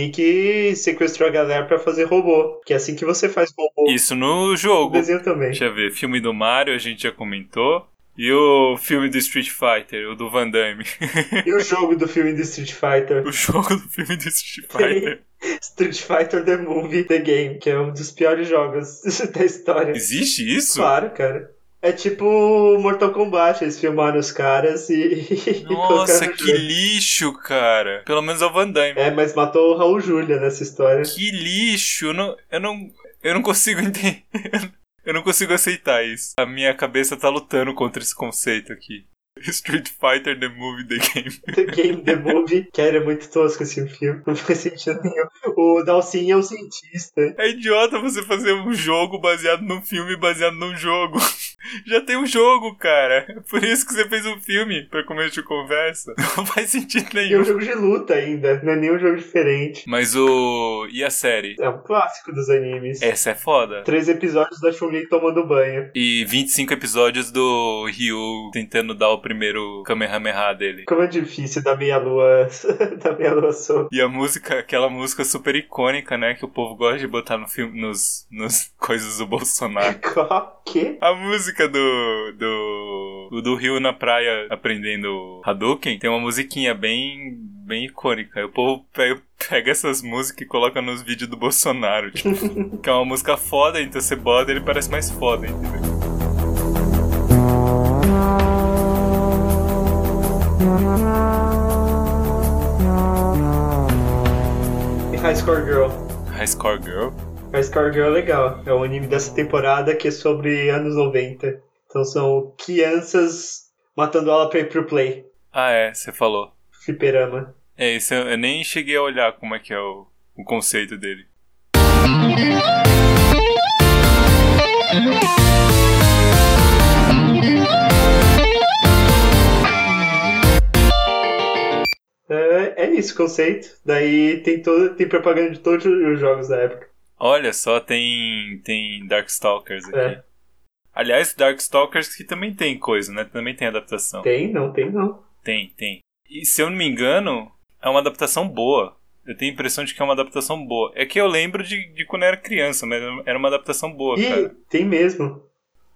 [SPEAKER 2] Robotnik sequestrou a galera pra fazer robô. Que é assim que você faz robô.
[SPEAKER 1] Isso no
[SPEAKER 2] O
[SPEAKER 1] jogo.
[SPEAKER 2] desenho também.
[SPEAKER 1] Deixa eu ver, filme do Mario, a gente já comentou. E o filme do Street Fighter, o do Van Damme.
[SPEAKER 2] E o jogo do filme do Street Fighter?
[SPEAKER 1] O jogo do filme do Street Fighter.
[SPEAKER 2] Street Fighter The Movie The Game, que é um dos piores jogos da história.
[SPEAKER 1] Existe isso?
[SPEAKER 2] Claro, cara. É tipo Mortal Kombat, eles filmaram os caras e. e
[SPEAKER 1] Nossa,
[SPEAKER 2] colocaram no
[SPEAKER 1] que
[SPEAKER 2] jogo.
[SPEAKER 1] lixo, cara. Pelo menos é o Van Damme.
[SPEAKER 2] É, mas matou o Raul Júlia nessa história.
[SPEAKER 1] Que lixo. Eu não, eu não, eu não consigo entender. Eu não consigo aceitar isso. A minha cabeça tá lutando contra esse conceito aqui. Street Fighter The Movie The Game.
[SPEAKER 2] The Game The Movie, que era muito tosco esse filme, não faz sentido nenhum. O Dalsin é um cientista.
[SPEAKER 1] É idiota você fazer um jogo baseado num filme baseado num jogo. Já tem um jogo, cara. É Por isso que você fez um filme pra começo de conversa. Não faz sentido
[SPEAKER 2] E é um
[SPEAKER 1] nenhum.
[SPEAKER 2] jogo de luta ainda, não é nenhum jogo diferente.
[SPEAKER 1] Mas o. E a série?
[SPEAKER 2] É um clássico dos animes.
[SPEAKER 1] Essa é foda.
[SPEAKER 2] Três episódios da Chun-Li tomando banho.
[SPEAKER 1] E 25 episódios do Ryu tentando dar o primeiro Kamehameha dele.
[SPEAKER 2] Como é difícil da meia-lua. da meia-lua sol.
[SPEAKER 1] E a música, aquela música super icônica, né? Que o povo gosta de botar no filme, nos, nos coisas do Bolsonaro.
[SPEAKER 2] Qual? Que?
[SPEAKER 1] A música do. do. o do Rio na praia aprendendo Hadouken tem uma musiquinha bem. bem icônica. E O povo pega, pega essas músicas e coloca nos vídeos do Bolsonaro, tipo. que é uma música foda, então você bota ele parece mais foda, entendeu?
[SPEAKER 2] E High Score Girl.
[SPEAKER 1] High Score Girl.
[SPEAKER 2] High Score Girl é legal. É um anime dessa temporada que é sobre anos 90. Então são crianças matando aula pra ir pro play.
[SPEAKER 1] Ah, é, você falou.
[SPEAKER 2] Fliperama.
[SPEAKER 1] É, isso eu, eu nem cheguei a olhar como é que é o, o conceito dele.
[SPEAKER 2] É, é isso o conceito. Daí tem, todo, tem propaganda de todos os jogos da época.
[SPEAKER 1] Olha só, tem, tem Darkstalkers aqui.
[SPEAKER 2] É.
[SPEAKER 1] Aliás, Darkstalkers que também tem coisa, né? Também tem adaptação.
[SPEAKER 2] Tem? Não tem, não.
[SPEAKER 1] Tem, tem. E se eu não me engano, é uma adaptação boa. Eu tenho a impressão de que é uma adaptação boa. É que eu lembro de, de quando eu era criança, mas era uma adaptação boa,
[SPEAKER 2] Ih,
[SPEAKER 1] cara.
[SPEAKER 2] tem mesmo.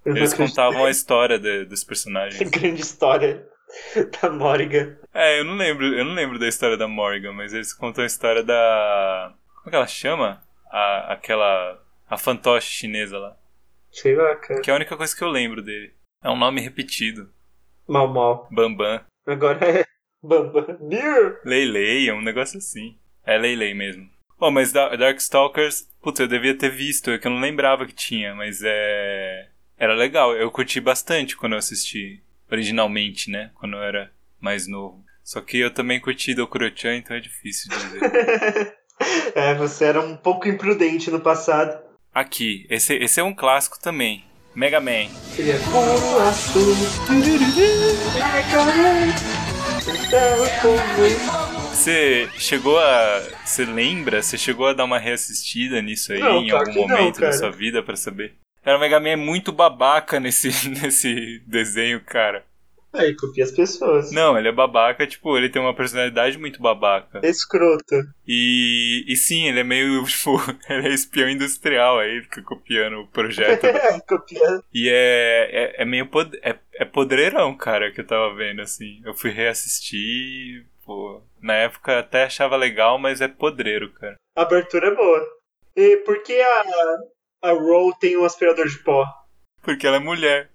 [SPEAKER 2] Eu não
[SPEAKER 1] Eles
[SPEAKER 2] acredito.
[SPEAKER 1] contavam a história de- dos personagens.
[SPEAKER 2] grande história da Morrigan.
[SPEAKER 1] É, eu não lembro, eu não lembro da história da Morgan, mas eles contam a história da. Como é que ela chama? A, aquela. A fantoche chinesa lá.
[SPEAKER 2] Sei lá, cara.
[SPEAKER 1] Que é a única coisa que eu lembro dele. É um nome repetido.
[SPEAKER 2] Mal, mal.
[SPEAKER 1] Bambam.
[SPEAKER 2] Agora é Bamba. Beer!
[SPEAKER 1] Leilei, é um negócio assim. É Leilei mesmo. Bom, mas da- Darkstalkers, putz, eu devia ter visto, é que eu não lembrava que tinha, mas é. Era legal, eu curti bastante quando eu assisti originalmente, né? Quando eu era mais novo. Só que eu também curti Dokuro-chan, então é difícil de dizer.
[SPEAKER 2] é, você era um pouco imprudente no passado.
[SPEAKER 1] Aqui, esse, esse é um clássico também. Mega Man.
[SPEAKER 2] Seria puro azul.
[SPEAKER 1] Você chegou a. Você lembra? Você chegou a dar uma reassistida nisso aí
[SPEAKER 2] Não,
[SPEAKER 1] em
[SPEAKER 2] claro
[SPEAKER 1] algum
[SPEAKER 2] que não,
[SPEAKER 1] momento da
[SPEAKER 2] cara.
[SPEAKER 1] sua vida pra saber? Cara, o Mega Man é muito babaca nesse, nesse desenho, cara.
[SPEAKER 2] Aí, copia as pessoas.
[SPEAKER 1] Não, ele é babaca, tipo, ele tem uma personalidade muito babaca.
[SPEAKER 2] É Escroto.
[SPEAKER 1] E, e sim, ele é meio, tipo, ele é espião industrial aí, fica copiando o projeto
[SPEAKER 2] É, copia.
[SPEAKER 1] E é, é, é meio pod, é, é podreirão, cara, que eu tava vendo, assim. Eu fui reassistir, pô. Na época até achava legal, mas é podreiro, cara.
[SPEAKER 2] A abertura é boa. E por que a, a Roll tem um aspirador de pó?
[SPEAKER 1] Porque ela é mulher.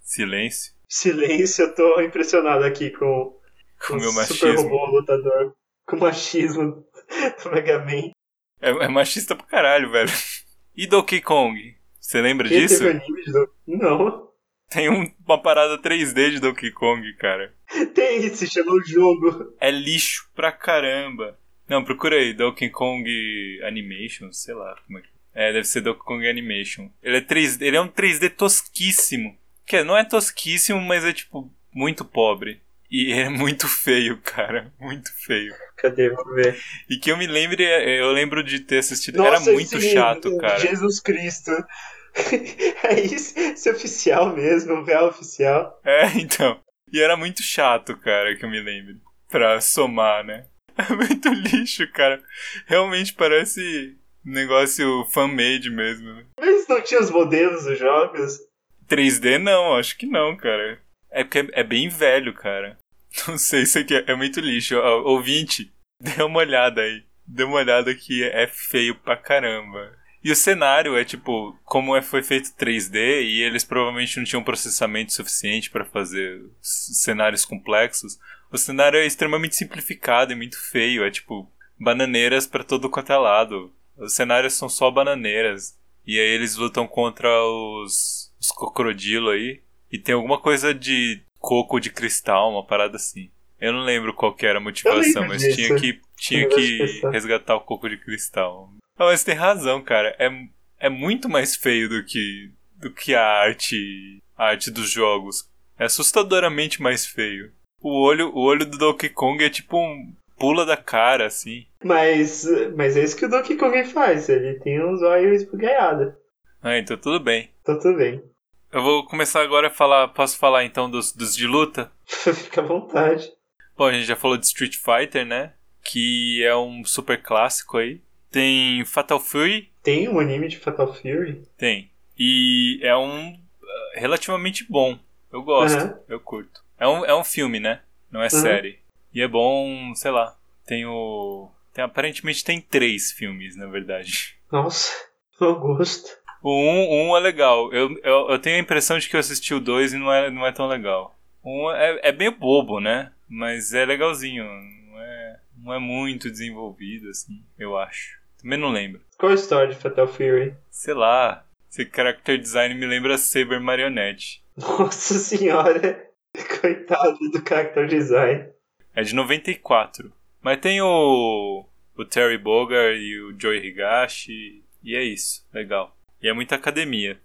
[SPEAKER 1] Silêncio.
[SPEAKER 2] Silêncio, eu tô impressionado aqui com
[SPEAKER 1] Com o meu
[SPEAKER 2] o super
[SPEAKER 1] machismo.
[SPEAKER 2] robô lutador. Com o machismo do Mega Man.
[SPEAKER 1] É, é machista pra caralho, velho. E Donkey Kong? Você lembra
[SPEAKER 2] Que
[SPEAKER 1] disso?
[SPEAKER 2] teve um- anime de do... Não.
[SPEAKER 1] Tem um- uma parada 3D de Donkey Kong, cara.
[SPEAKER 2] Tem isso, se chama o jogo.
[SPEAKER 1] É lixo pra caramba. Não, procura aí, Donkey Kong Animation, sei lá como é que. É, deve ser Donkey Kong Animation. Ele é 3D, ele é um 3D tosquíssimo. Quer, não é tosquíssimo, mas é tipo muito pobre. E é muito feio, cara, muito feio.
[SPEAKER 2] Cadê? Vamos ver.
[SPEAKER 1] E que eu me lembre, é, eu lembro de ter assistido, era muito
[SPEAKER 2] sim,
[SPEAKER 1] chato, cara.
[SPEAKER 2] Jesus Cristo. é isso, isso é oficial mesmo, um real oficial.
[SPEAKER 1] É, então. E era muito chato, cara, que eu me lembro. Pra somar, né? É muito lixo, cara. Realmente parece um negócio fan-made mesmo. né?
[SPEAKER 2] Mas não tinha os modelos dos jogos?
[SPEAKER 1] 3D não, acho que não, cara. É porque é é bem velho, cara. Não sei se aqui é, é muito lixo. Ó, Ouvinte, dê uma olhada aí. Dê uma olhada que é feio pra caramba. E o cenário é tipo, como é, foi feito 3D e eles provavelmente não tinham processamento suficiente pra fazer c- cenários complexos. O cenário é extremamente simplificado e muito feio. É tipo, bananeiras pra todo quanto é lado. Os cenários são só bananeiras. E aí eles lutam contra os, os crocodilo aí. E tem alguma coisa de coco de cristal, uma parada assim. Eu não lembro qual que era a motivação,
[SPEAKER 2] lembro
[SPEAKER 1] mas
[SPEAKER 2] disso.
[SPEAKER 1] tinha que, tinha
[SPEAKER 2] Eu gosto
[SPEAKER 1] que
[SPEAKER 2] de pensar.
[SPEAKER 1] resgatar o coco de cristal. Ah, mas tem razão, cara. É, é muito mais feio do que, do que a arte, a arte dos jogos. É assustadoramente mais feio. O olho, o olho do Donkey Kong é tipo um pula da cara, assim.
[SPEAKER 2] Mas, mas é isso que o Donkey Kong faz, ele tem um zóio esbugalhado.
[SPEAKER 1] Ah, então tudo bem.
[SPEAKER 2] Então tudo bem,
[SPEAKER 1] Eu vou começar agora a falar. Posso falar então dos, dos de luta?
[SPEAKER 2] fica à vontade.
[SPEAKER 1] Bom, a gente já falou de Street Fighter, né? Que é um super clássico aí. Tem Fatal Fury?
[SPEAKER 2] Tem um anime de Fatal Fury?
[SPEAKER 1] Tem. E é um ah, relativamente bom. Eu gosto,
[SPEAKER 2] Aham.
[SPEAKER 1] eu curto. É um, é um filme, né? Não é série. E é bom, sei lá. Tem o. Tem, aparentemente tem três filmes, na verdade.
[SPEAKER 2] Nossa, não gosto.
[SPEAKER 1] O 1 um, um é legal. Eu, eu, eu tenho a impressão de que eu assisti o 2 e não é, não é tão legal. O um é, é bem bobo, né? Mas é legalzinho. Não é, não é muito desenvolvido, assim, eu acho. Também não lembro.
[SPEAKER 2] Qual a história de Fatal Fury?
[SPEAKER 1] Sei lá. Esse character design me lembra Saber Marionette.
[SPEAKER 2] Nossa senhora. Coitado do character design.
[SPEAKER 1] É de 94. Mas tem o, o Terry Bogard e o Joey Higashi. E é isso. Legal. E é muita academia.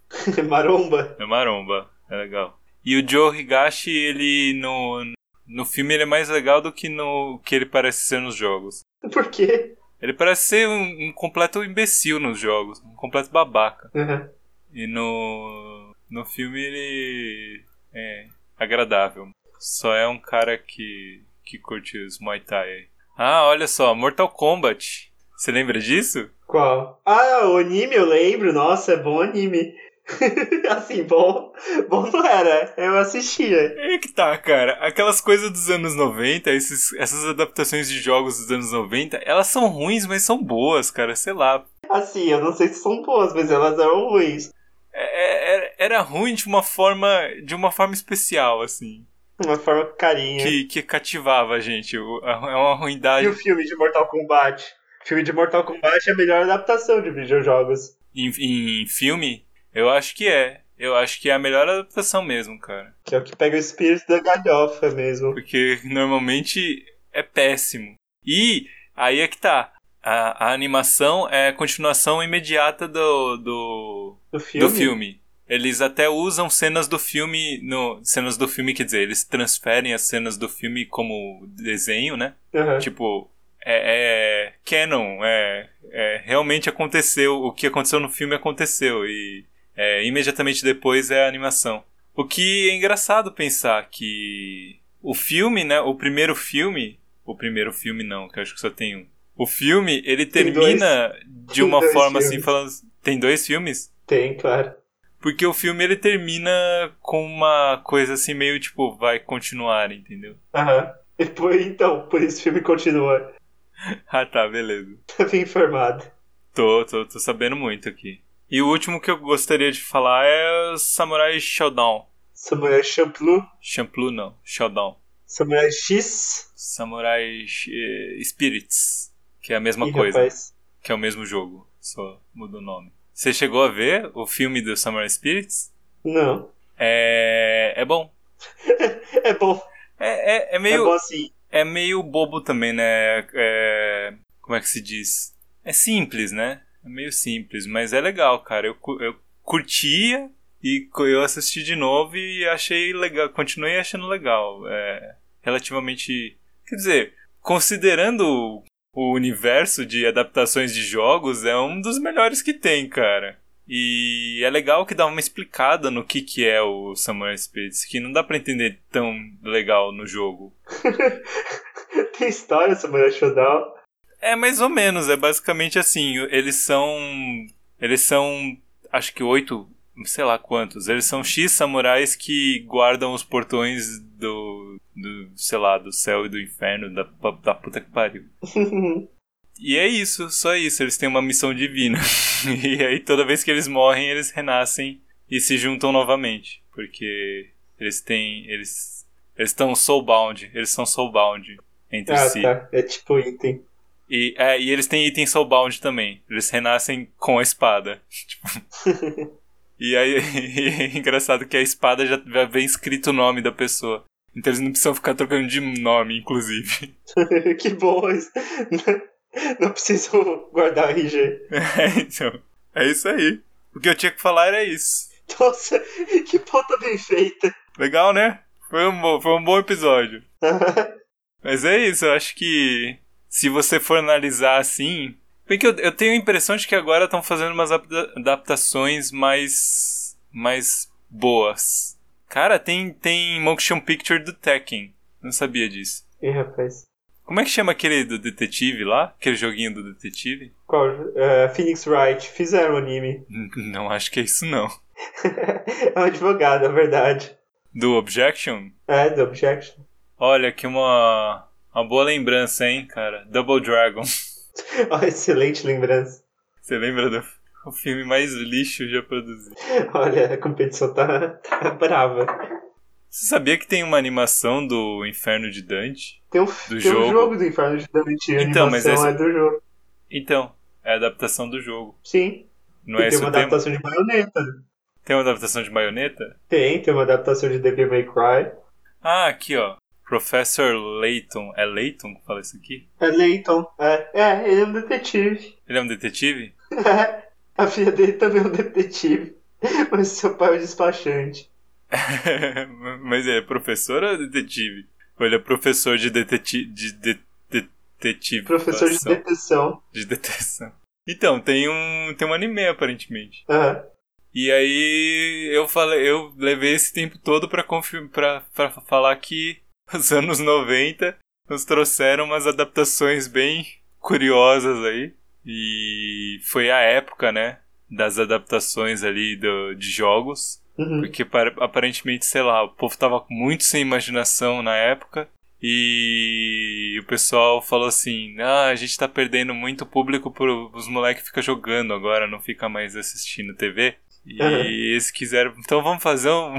[SPEAKER 2] Maromba.
[SPEAKER 1] É maromba. É legal. E o Joe Higashi, ele no, no filme ele é mais legal do que no que ele parece ser nos jogos.
[SPEAKER 2] Por quê?
[SPEAKER 1] Ele parece ser um, um completo imbecil nos jogos. Um completo babaca.
[SPEAKER 2] Uhum.
[SPEAKER 1] E no, no filme ele é agradável. Só é um cara que, que curte os Muay Thai. aí. Ah, olha só, Mortal Kombat. Você lembra disso?
[SPEAKER 2] Qual? Ah, o anime eu lembro. Nossa, é bom anime. assim, bom. Bom não era. Eu assistia.
[SPEAKER 1] É que tá, cara. Aquelas coisas dos anos 90, esses, essas adaptações de jogos dos anos 90, elas são ruins, mas são boas, cara. Sei lá.
[SPEAKER 2] Assim, eu não sei se são boas, mas elas eram ruins.
[SPEAKER 1] É- é- Era, era ruim de uma forma. De uma forma especial, assim.
[SPEAKER 2] Uma forma carinha.
[SPEAKER 1] Que, que cativava a gente. O- É uma
[SPEAKER 2] E
[SPEAKER 1] ruindade.
[SPEAKER 2] o filme de Mortal Kombat? O filme de Mortal Kombat é a melhor adaptação de videojogos.
[SPEAKER 1] Em, em filme, eu acho que é. Eu acho que é a melhor adaptação mesmo, cara.
[SPEAKER 2] Que é o que pega o espírito da galhofa mesmo.
[SPEAKER 1] Porque normalmente é péssimo. E aí é que tá. A, a animação é a continuação imediata do, do,
[SPEAKER 2] Do filme?
[SPEAKER 1] do filme. Eles até usam cenas do filme. No, cenas do filme, quer dizer, eles transferem as cenas do filme como desenho, né?
[SPEAKER 2] Aham.
[SPEAKER 1] Tipo, é, é canon, é, é, realmente aconteceu, o que aconteceu no filme aconteceu e é, imediatamente depois é a animação. O que é engraçado pensar que o filme, né, o primeiro filme, o primeiro filme não, que eu acho que só tem um. O filme, ele
[SPEAKER 2] Tem
[SPEAKER 1] termina de
[SPEAKER 2] Tem
[SPEAKER 1] uma
[SPEAKER 2] dois
[SPEAKER 1] forma assim,
[SPEAKER 2] filmes.
[SPEAKER 1] falando, tem dois filmes?
[SPEAKER 2] Tem, claro.
[SPEAKER 1] Porque o filme ele termina com uma coisa assim meio tipo vai continuar, entendeu?
[SPEAKER 2] Aham. E por- Então, por isso o filme continua.
[SPEAKER 1] Ah, tá, beleza.
[SPEAKER 2] Tá bem informado.
[SPEAKER 1] Tô, tô, tô sabendo muito aqui. E o último que eu gostaria de falar é o Samurai Shodown.
[SPEAKER 2] Samurai Champloo,
[SPEAKER 1] Champloo não, Shodown.
[SPEAKER 2] Samurai X.
[SPEAKER 1] Samurai eh, Spirits, que é a mesma
[SPEAKER 2] Ih,
[SPEAKER 1] coisa,
[SPEAKER 2] rapaz.
[SPEAKER 1] que é o mesmo jogo, só muda o nome. Você chegou a ver o filme do Samurai Spirits?
[SPEAKER 2] Não.
[SPEAKER 1] É, é bom.
[SPEAKER 2] É bom.
[SPEAKER 1] É, é, é
[SPEAKER 2] É
[SPEAKER 1] meio
[SPEAKER 2] bom assim.
[SPEAKER 1] é meio bobo também, né? É, como é que se diz? É simples, né? É meio simples, mas é legal, cara. Eu, cu- eu curtia e cu- eu assisti de novo e achei legal. Continuei achando legal. É, relativamente. Quer dizer, considerando o- o universo de adaptações de jogos, é um dos melhores que tem, cara. E é legal que dá uma explicada no que, que é o Samurai Spirits, que não dá pra entender tão legal no jogo.
[SPEAKER 2] Tem história Samurai Shodown.
[SPEAKER 1] É mais ou menos, é basicamente assim, eles são. Eles são. acho que oito, sei lá quantos. Eles são X samurais que guardam os portões do. do sei lá, do céu e do inferno, da, pa- da puta que pariu. E é isso, só isso, eles têm uma missão divina. e aí toda vez que eles morrem, eles renascem e se juntam novamente. Porque eles têm. eles. Eles estão soulbound, eles são soulbound entre
[SPEAKER 2] ah,
[SPEAKER 1] si.
[SPEAKER 2] tá. É tipo item.
[SPEAKER 1] E, é, e eles têm item soulbound também. Eles renascem com a espada. Tipo. e aí é engraçado que a espada já, já vem escrito o nome da pessoa. Então eles não precisam ficar trocando de nome, inclusive.
[SPEAKER 2] que bom. isso. Não preciso guardar RG.
[SPEAKER 1] É, então, é isso aí. O que eu tinha que falar era isso.
[SPEAKER 2] Nossa, que pauta bem feita.
[SPEAKER 1] Legal, né? Foi um, bo- foi um bom episódio. Mas é isso, eu acho que se você for analisar assim. Porque eu, eu tenho a impressão de que agora estão fazendo umas apta- adaptações mais. mais boas. Cara, tem, tem motion picture do Tekken. Não sabia disso.
[SPEAKER 2] Ih, rapaz.
[SPEAKER 1] Como é que chama aquele do detetive lá? Aquele joguinho do detetive?
[SPEAKER 2] Qual? É, Phoenix Wright. Fizeram um anime.
[SPEAKER 1] N- Não acho que é isso não.
[SPEAKER 2] É um advogado, é verdade.
[SPEAKER 1] Do Objection?
[SPEAKER 2] É, The Objection.
[SPEAKER 1] Olha, que uma. uma boa lembrança, hein, cara. Double Dragon.
[SPEAKER 2] Ó, excelente lembrança.
[SPEAKER 1] Você lembra do o filme mais lixo já produzido?
[SPEAKER 2] Olha, a competição tá, tá brava.
[SPEAKER 1] Você sabia que tem uma animação do Inferno de Dante?
[SPEAKER 2] Tem um, tem um
[SPEAKER 1] jogo.
[SPEAKER 2] jogo do Inferno de Dante. a
[SPEAKER 1] Então, mas
[SPEAKER 2] animação
[SPEAKER 1] essa-
[SPEAKER 2] é do jogo.
[SPEAKER 1] Então, é a adaptação do jogo.
[SPEAKER 2] Sim.
[SPEAKER 1] Não é
[SPEAKER 2] tem
[SPEAKER 1] esse
[SPEAKER 2] uma
[SPEAKER 1] o tema?
[SPEAKER 2] adaptação de baioneta.
[SPEAKER 1] Tem uma adaptação de baioneta?
[SPEAKER 2] Tem, tem uma adaptação de Devil May Cry.
[SPEAKER 1] Ah, aqui, ó. Professor Layton. É Layton que fala isso aqui?
[SPEAKER 2] É Leighton. É, é ele é um detetive. É,
[SPEAKER 1] Ele é um detetive?
[SPEAKER 2] A filha dele também é um detetive. Mas seu pai é um despachante.
[SPEAKER 1] Mas ele é professor ou detetive? Ou ele é professor de detetive. De de- detetive.
[SPEAKER 2] Professor de
[SPEAKER 1] deteção.
[SPEAKER 2] deteção.
[SPEAKER 1] de deteção. Então, tem um. Tem um anime aparentemente.
[SPEAKER 2] Aham.
[SPEAKER 1] E aí eu falei, eu levei esse tempo todo pra confirmar para falar que os anos 90 nos trouxeram umas adaptações bem curiosas aí. E foi a época, né, das adaptações ali do, de jogos,
[SPEAKER 2] Uhum.
[SPEAKER 1] porque par- aparentemente, sei lá, o povo tava muito sem imaginação na época. E o pessoal falou assim: ah, a gente tá perdendo muito público pro os moleques ficam jogando agora, não fica mais assistindo TV. E
[SPEAKER 2] Uhum.
[SPEAKER 1] eles quiseram. Então vamos fazer um-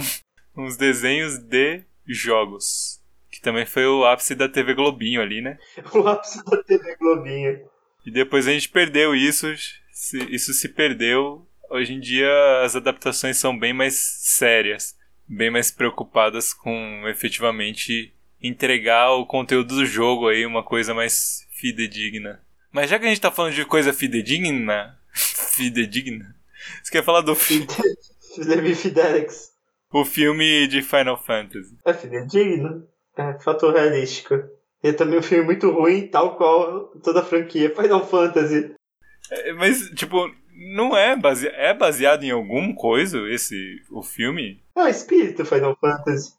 [SPEAKER 1] uns desenhos de jogos. Que também foi o ápice da TV Globinho ali, né?
[SPEAKER 2] O ápice da TV Globinha.
[SPEAKER 1] E depois a gente perdeu isso, se- isso se perdeu. Hoje em dia as adaptações são bem mais sérias, bem mais preocupadas com efetivamente entregar o conteúdo do jogo aí, uma coisa mais fidedigna. Mas já que a gente tá falando de coisa fidedigna, fidedigna, você quer falar do fi-
[SPEAKER 2] Levi Fidelix.
[SPEAKER 1] o filme de Final Fantasy?
[SPEAKER 2] É fidedigno. É fator realístico. E é também um filme muito ruim, tal qual toda a franquia Final Fantasy.
[SPEAKER 1] É, Mas, tipo, não é baseado, é baseado em alguma coisa esse, o filme?
[SPEAKER 2] É o espírito Final Fantasy.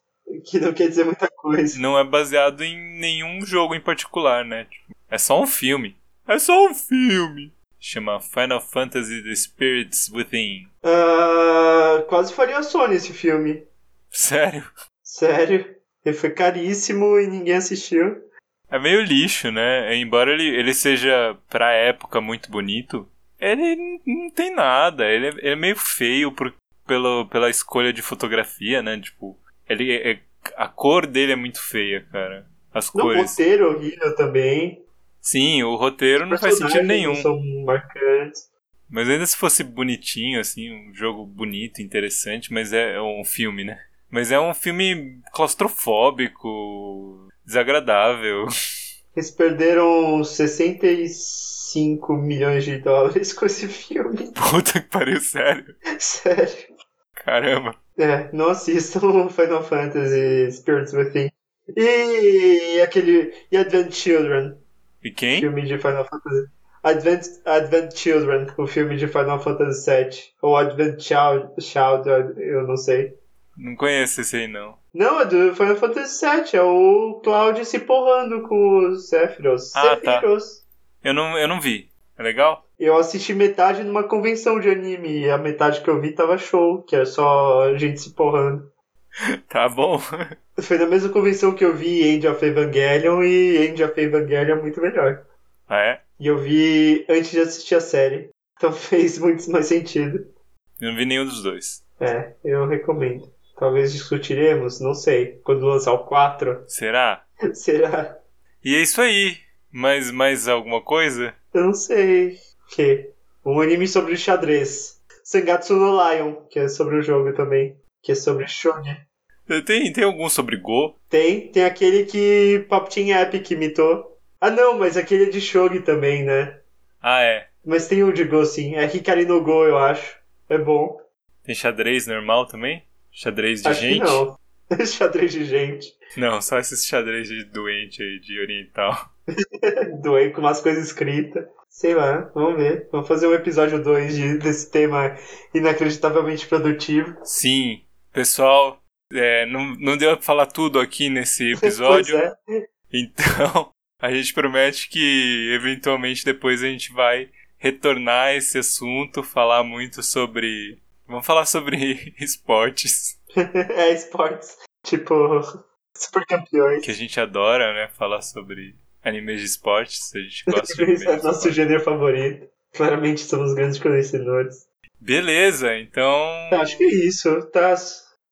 [SPEAKER 2] Que não quer dizer muita coisa.
[SPEAKER 1] não é baseado em nenhum jogo em particular, né? Tipo, é só um filme. É só um filme. Chama Final Fantasy The Spirits Within.
[SPEAKER 2] Ah, quase faria Sony esse filme.
[SPEAKER 1] Sério?
[SPEAKER 2] Sério. Ele foi caríssimo e ninguém assistiu.
[SPEAKER 1] É meio lixo, né? Embora ele, ele seja, pra época, muito bonito, ele n- não tem nada. Ele é, ele é meio feio por, pelo, pela escolha de fotografia, né? Tipo, ele é- a cor dele é muito feia, cara. As
[SPEAKER 2] Não, o
[SPEAKER 1] cores.
[SPEAKER 2] roteiro horrível também.
[SPEAKER 1] Sim, o roteiro não faz sentido
[SPEAKER 2] Personagens
[SPEAKER 1] nenhum.
[SPEAKER 2] não São marcantes.
[SPEAKER 1] Mas ainda se fosse bonitinho, assim, um jogo bonito, interessante, mas é é um filme, né? Mas é um filme claustrofóbico, desagradável.
[SPEAKER 2] Eles perderam 65 milhões de dólares com esse filme.
[SPEAKER 1] Puta que pariu, sério.
[SPEAKER 2] Sério.
[SPEAKER 1] Caramba.
[SPEAKER 2] É, não assistam Final Fantasy Spirits Within. E aquele. E Advent Children,
[SPEAKER 1] E quem?
[SPEAKER 2] filme de Final Fantasy. Advent, Advent Children, o filme de Final Fantasy VII. Ou Advent Child, Child, eu não sei.
[SPEAKER 1] Não conheço esse aí, não.
[SPEAKER 2] Não, é do Final Fantasy VII, é o Cloud se porrando com o Sephiroth.
[SPEAKER 1] Ah, tá.
[SPEAKER 2] Sephiroth.
[SPEAKER 1] Eu não, eu não vi. É legal?
[SPEAKER 2] Eu assisti metade numa convenção de anime e a metade que eu vi tava show, que era só gente se porrando.
[SPEAKER 1] Tá bom.
[SPEAKER 2] Foi na mesma convenção que eu vi End of Evangelion e End of Evangelion é muito melhor.
[SPEAKER 1] Ah, é?
[SPEAKER 2] E eu vi antes de assistir a série. Então fez muito mais sentido.
[SPEAKER 1] Eu não vi nenhum dos dois.
[SPEAKER 2] É, eu recomendo. Talvez discutiremos, não sei. Quando lançar o 4,
[SPEAKER 1] Será?
[SPEAKER 2] será?
[SPEAKER 1] E é isso aí. Mais, mais alguma coisa?
[SPEAKER 2] Eu não sei. O quê? Um anime sobre o xadrez. Sangatsu no Lion, que é sobre o jogo também. Que é sobre shonen.
[SPEAKER 1] Tem, tem algum sobre Go?
[SPEAKER 2] Tem, tem aquele que Pop Team Epic imitou. Ah não, mas aquele é de Shogi também, né?
[SPEAKER 1] Ah, é.
[SPEAKER 2] Mas tem um de Go sim, é Hikari no Go, eu acho. É bom.
[SPEAKER 1] Tem xadrez normal também? Xadrez de
[SPEAKER 2] acho
[SPEAKER 1] gente?
[SPEAKER 2] que não. Xadrez de gente.
[SPEAKER 1] Não, só esses xadrez de doente aí, de oriental.
[SPEAKER 2] Doei com umas coisas escritas. Sei lá, vamos ver. Vamos fazer um episódio 2 de, desse tema inacreditavelmente produtivo.
[SPEAKER 1] Sim, pessoal, é, não, não deu pra falar tudo aqui nesse episódio,
[SPEAKER 2] Pois é.
[SPEAKER 1] então a gente promete que eventualmente depois a gente vai retornar a esse assunto, falar muito sobre. Vamos falar sobre esportes,
[SPEAKER 2] é esportes. Tipo, super campeões.
[SPEAKER 1] que a gente adora, né? Falar sobre animes de esportes, a gente gosta de animes. de
[SPEAKER 2] é nosso
[SPEAKER 1] esportes.
[SPEAKER 2] gênero favorito. Claramente somos grandes conhecedores.
[SPEAKER 1] Beleza, então.
[SPEAKER 2] Eu Acho que é isso, tá?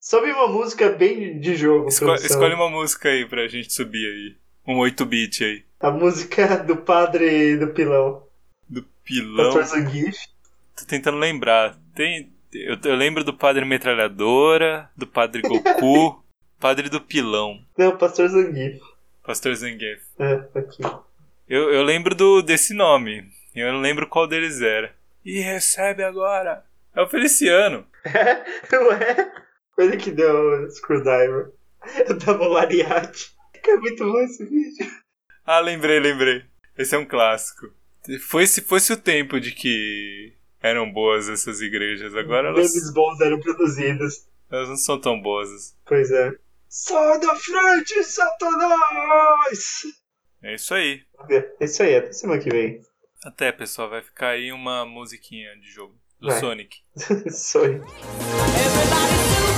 [SPEAKER 2] Sobe uma música bem de jogo,
[SPEAKER 1] esco-
[SPEAKER 2] produção.
[SPEAKER 1] escolhe uma música aí pra gente subir aí. Um 8-bit aí.
[SPEAKER 2] A música do padre do pilão.
[SPEAKER 1] Do pilão.
[SPEAKER 2] Pastor Zangief.
[SPEAKER 1] Tô tentando lembrar. Tem, eu, eu lembro do Padre Metralhadora, do Padre Goku, Padre do Pilão,
[SPEAKER 2] Não, Pastor Zangief.
[SPEAKER 1] Pastor Zangief.
[SPEAKER 2] É, aqui.
[SPEAKER 1] Eu, eu lembro do, desse nome. Eu não lembro qual deles era. E recebe agora. É o Feliciano.
[SPEAKER 2] É, ué. Ele que deu o Screwdriver. Eu dava o Lariat. É muito bom esse vídeo.
[SPEAKER 1] Ah, lembrei, lembrei. Esse é um clássico. Foi se fosse o tempo de que eram boas essas igrejas. Agora elas,
[SPEAKER 2] Memes bons eram produzidos.
[SPEAKER 1] elas não são tão boas.
[SPEAKER 2] Pois é. Sai da frente, Satanás!
[SPEAKER 1] É isso aí.
[SPEAKER 2] É isso aí, até semana que vem.
[SPEAKER 1] Até, pessoal, vai ficar aí uma musiquinha de jogo do
[SPEAKER 2] Vai.
[SPEAKER 1] Sonic.
[SPEAKER 2] Sorry.
[SPEAKER 4] Everybody do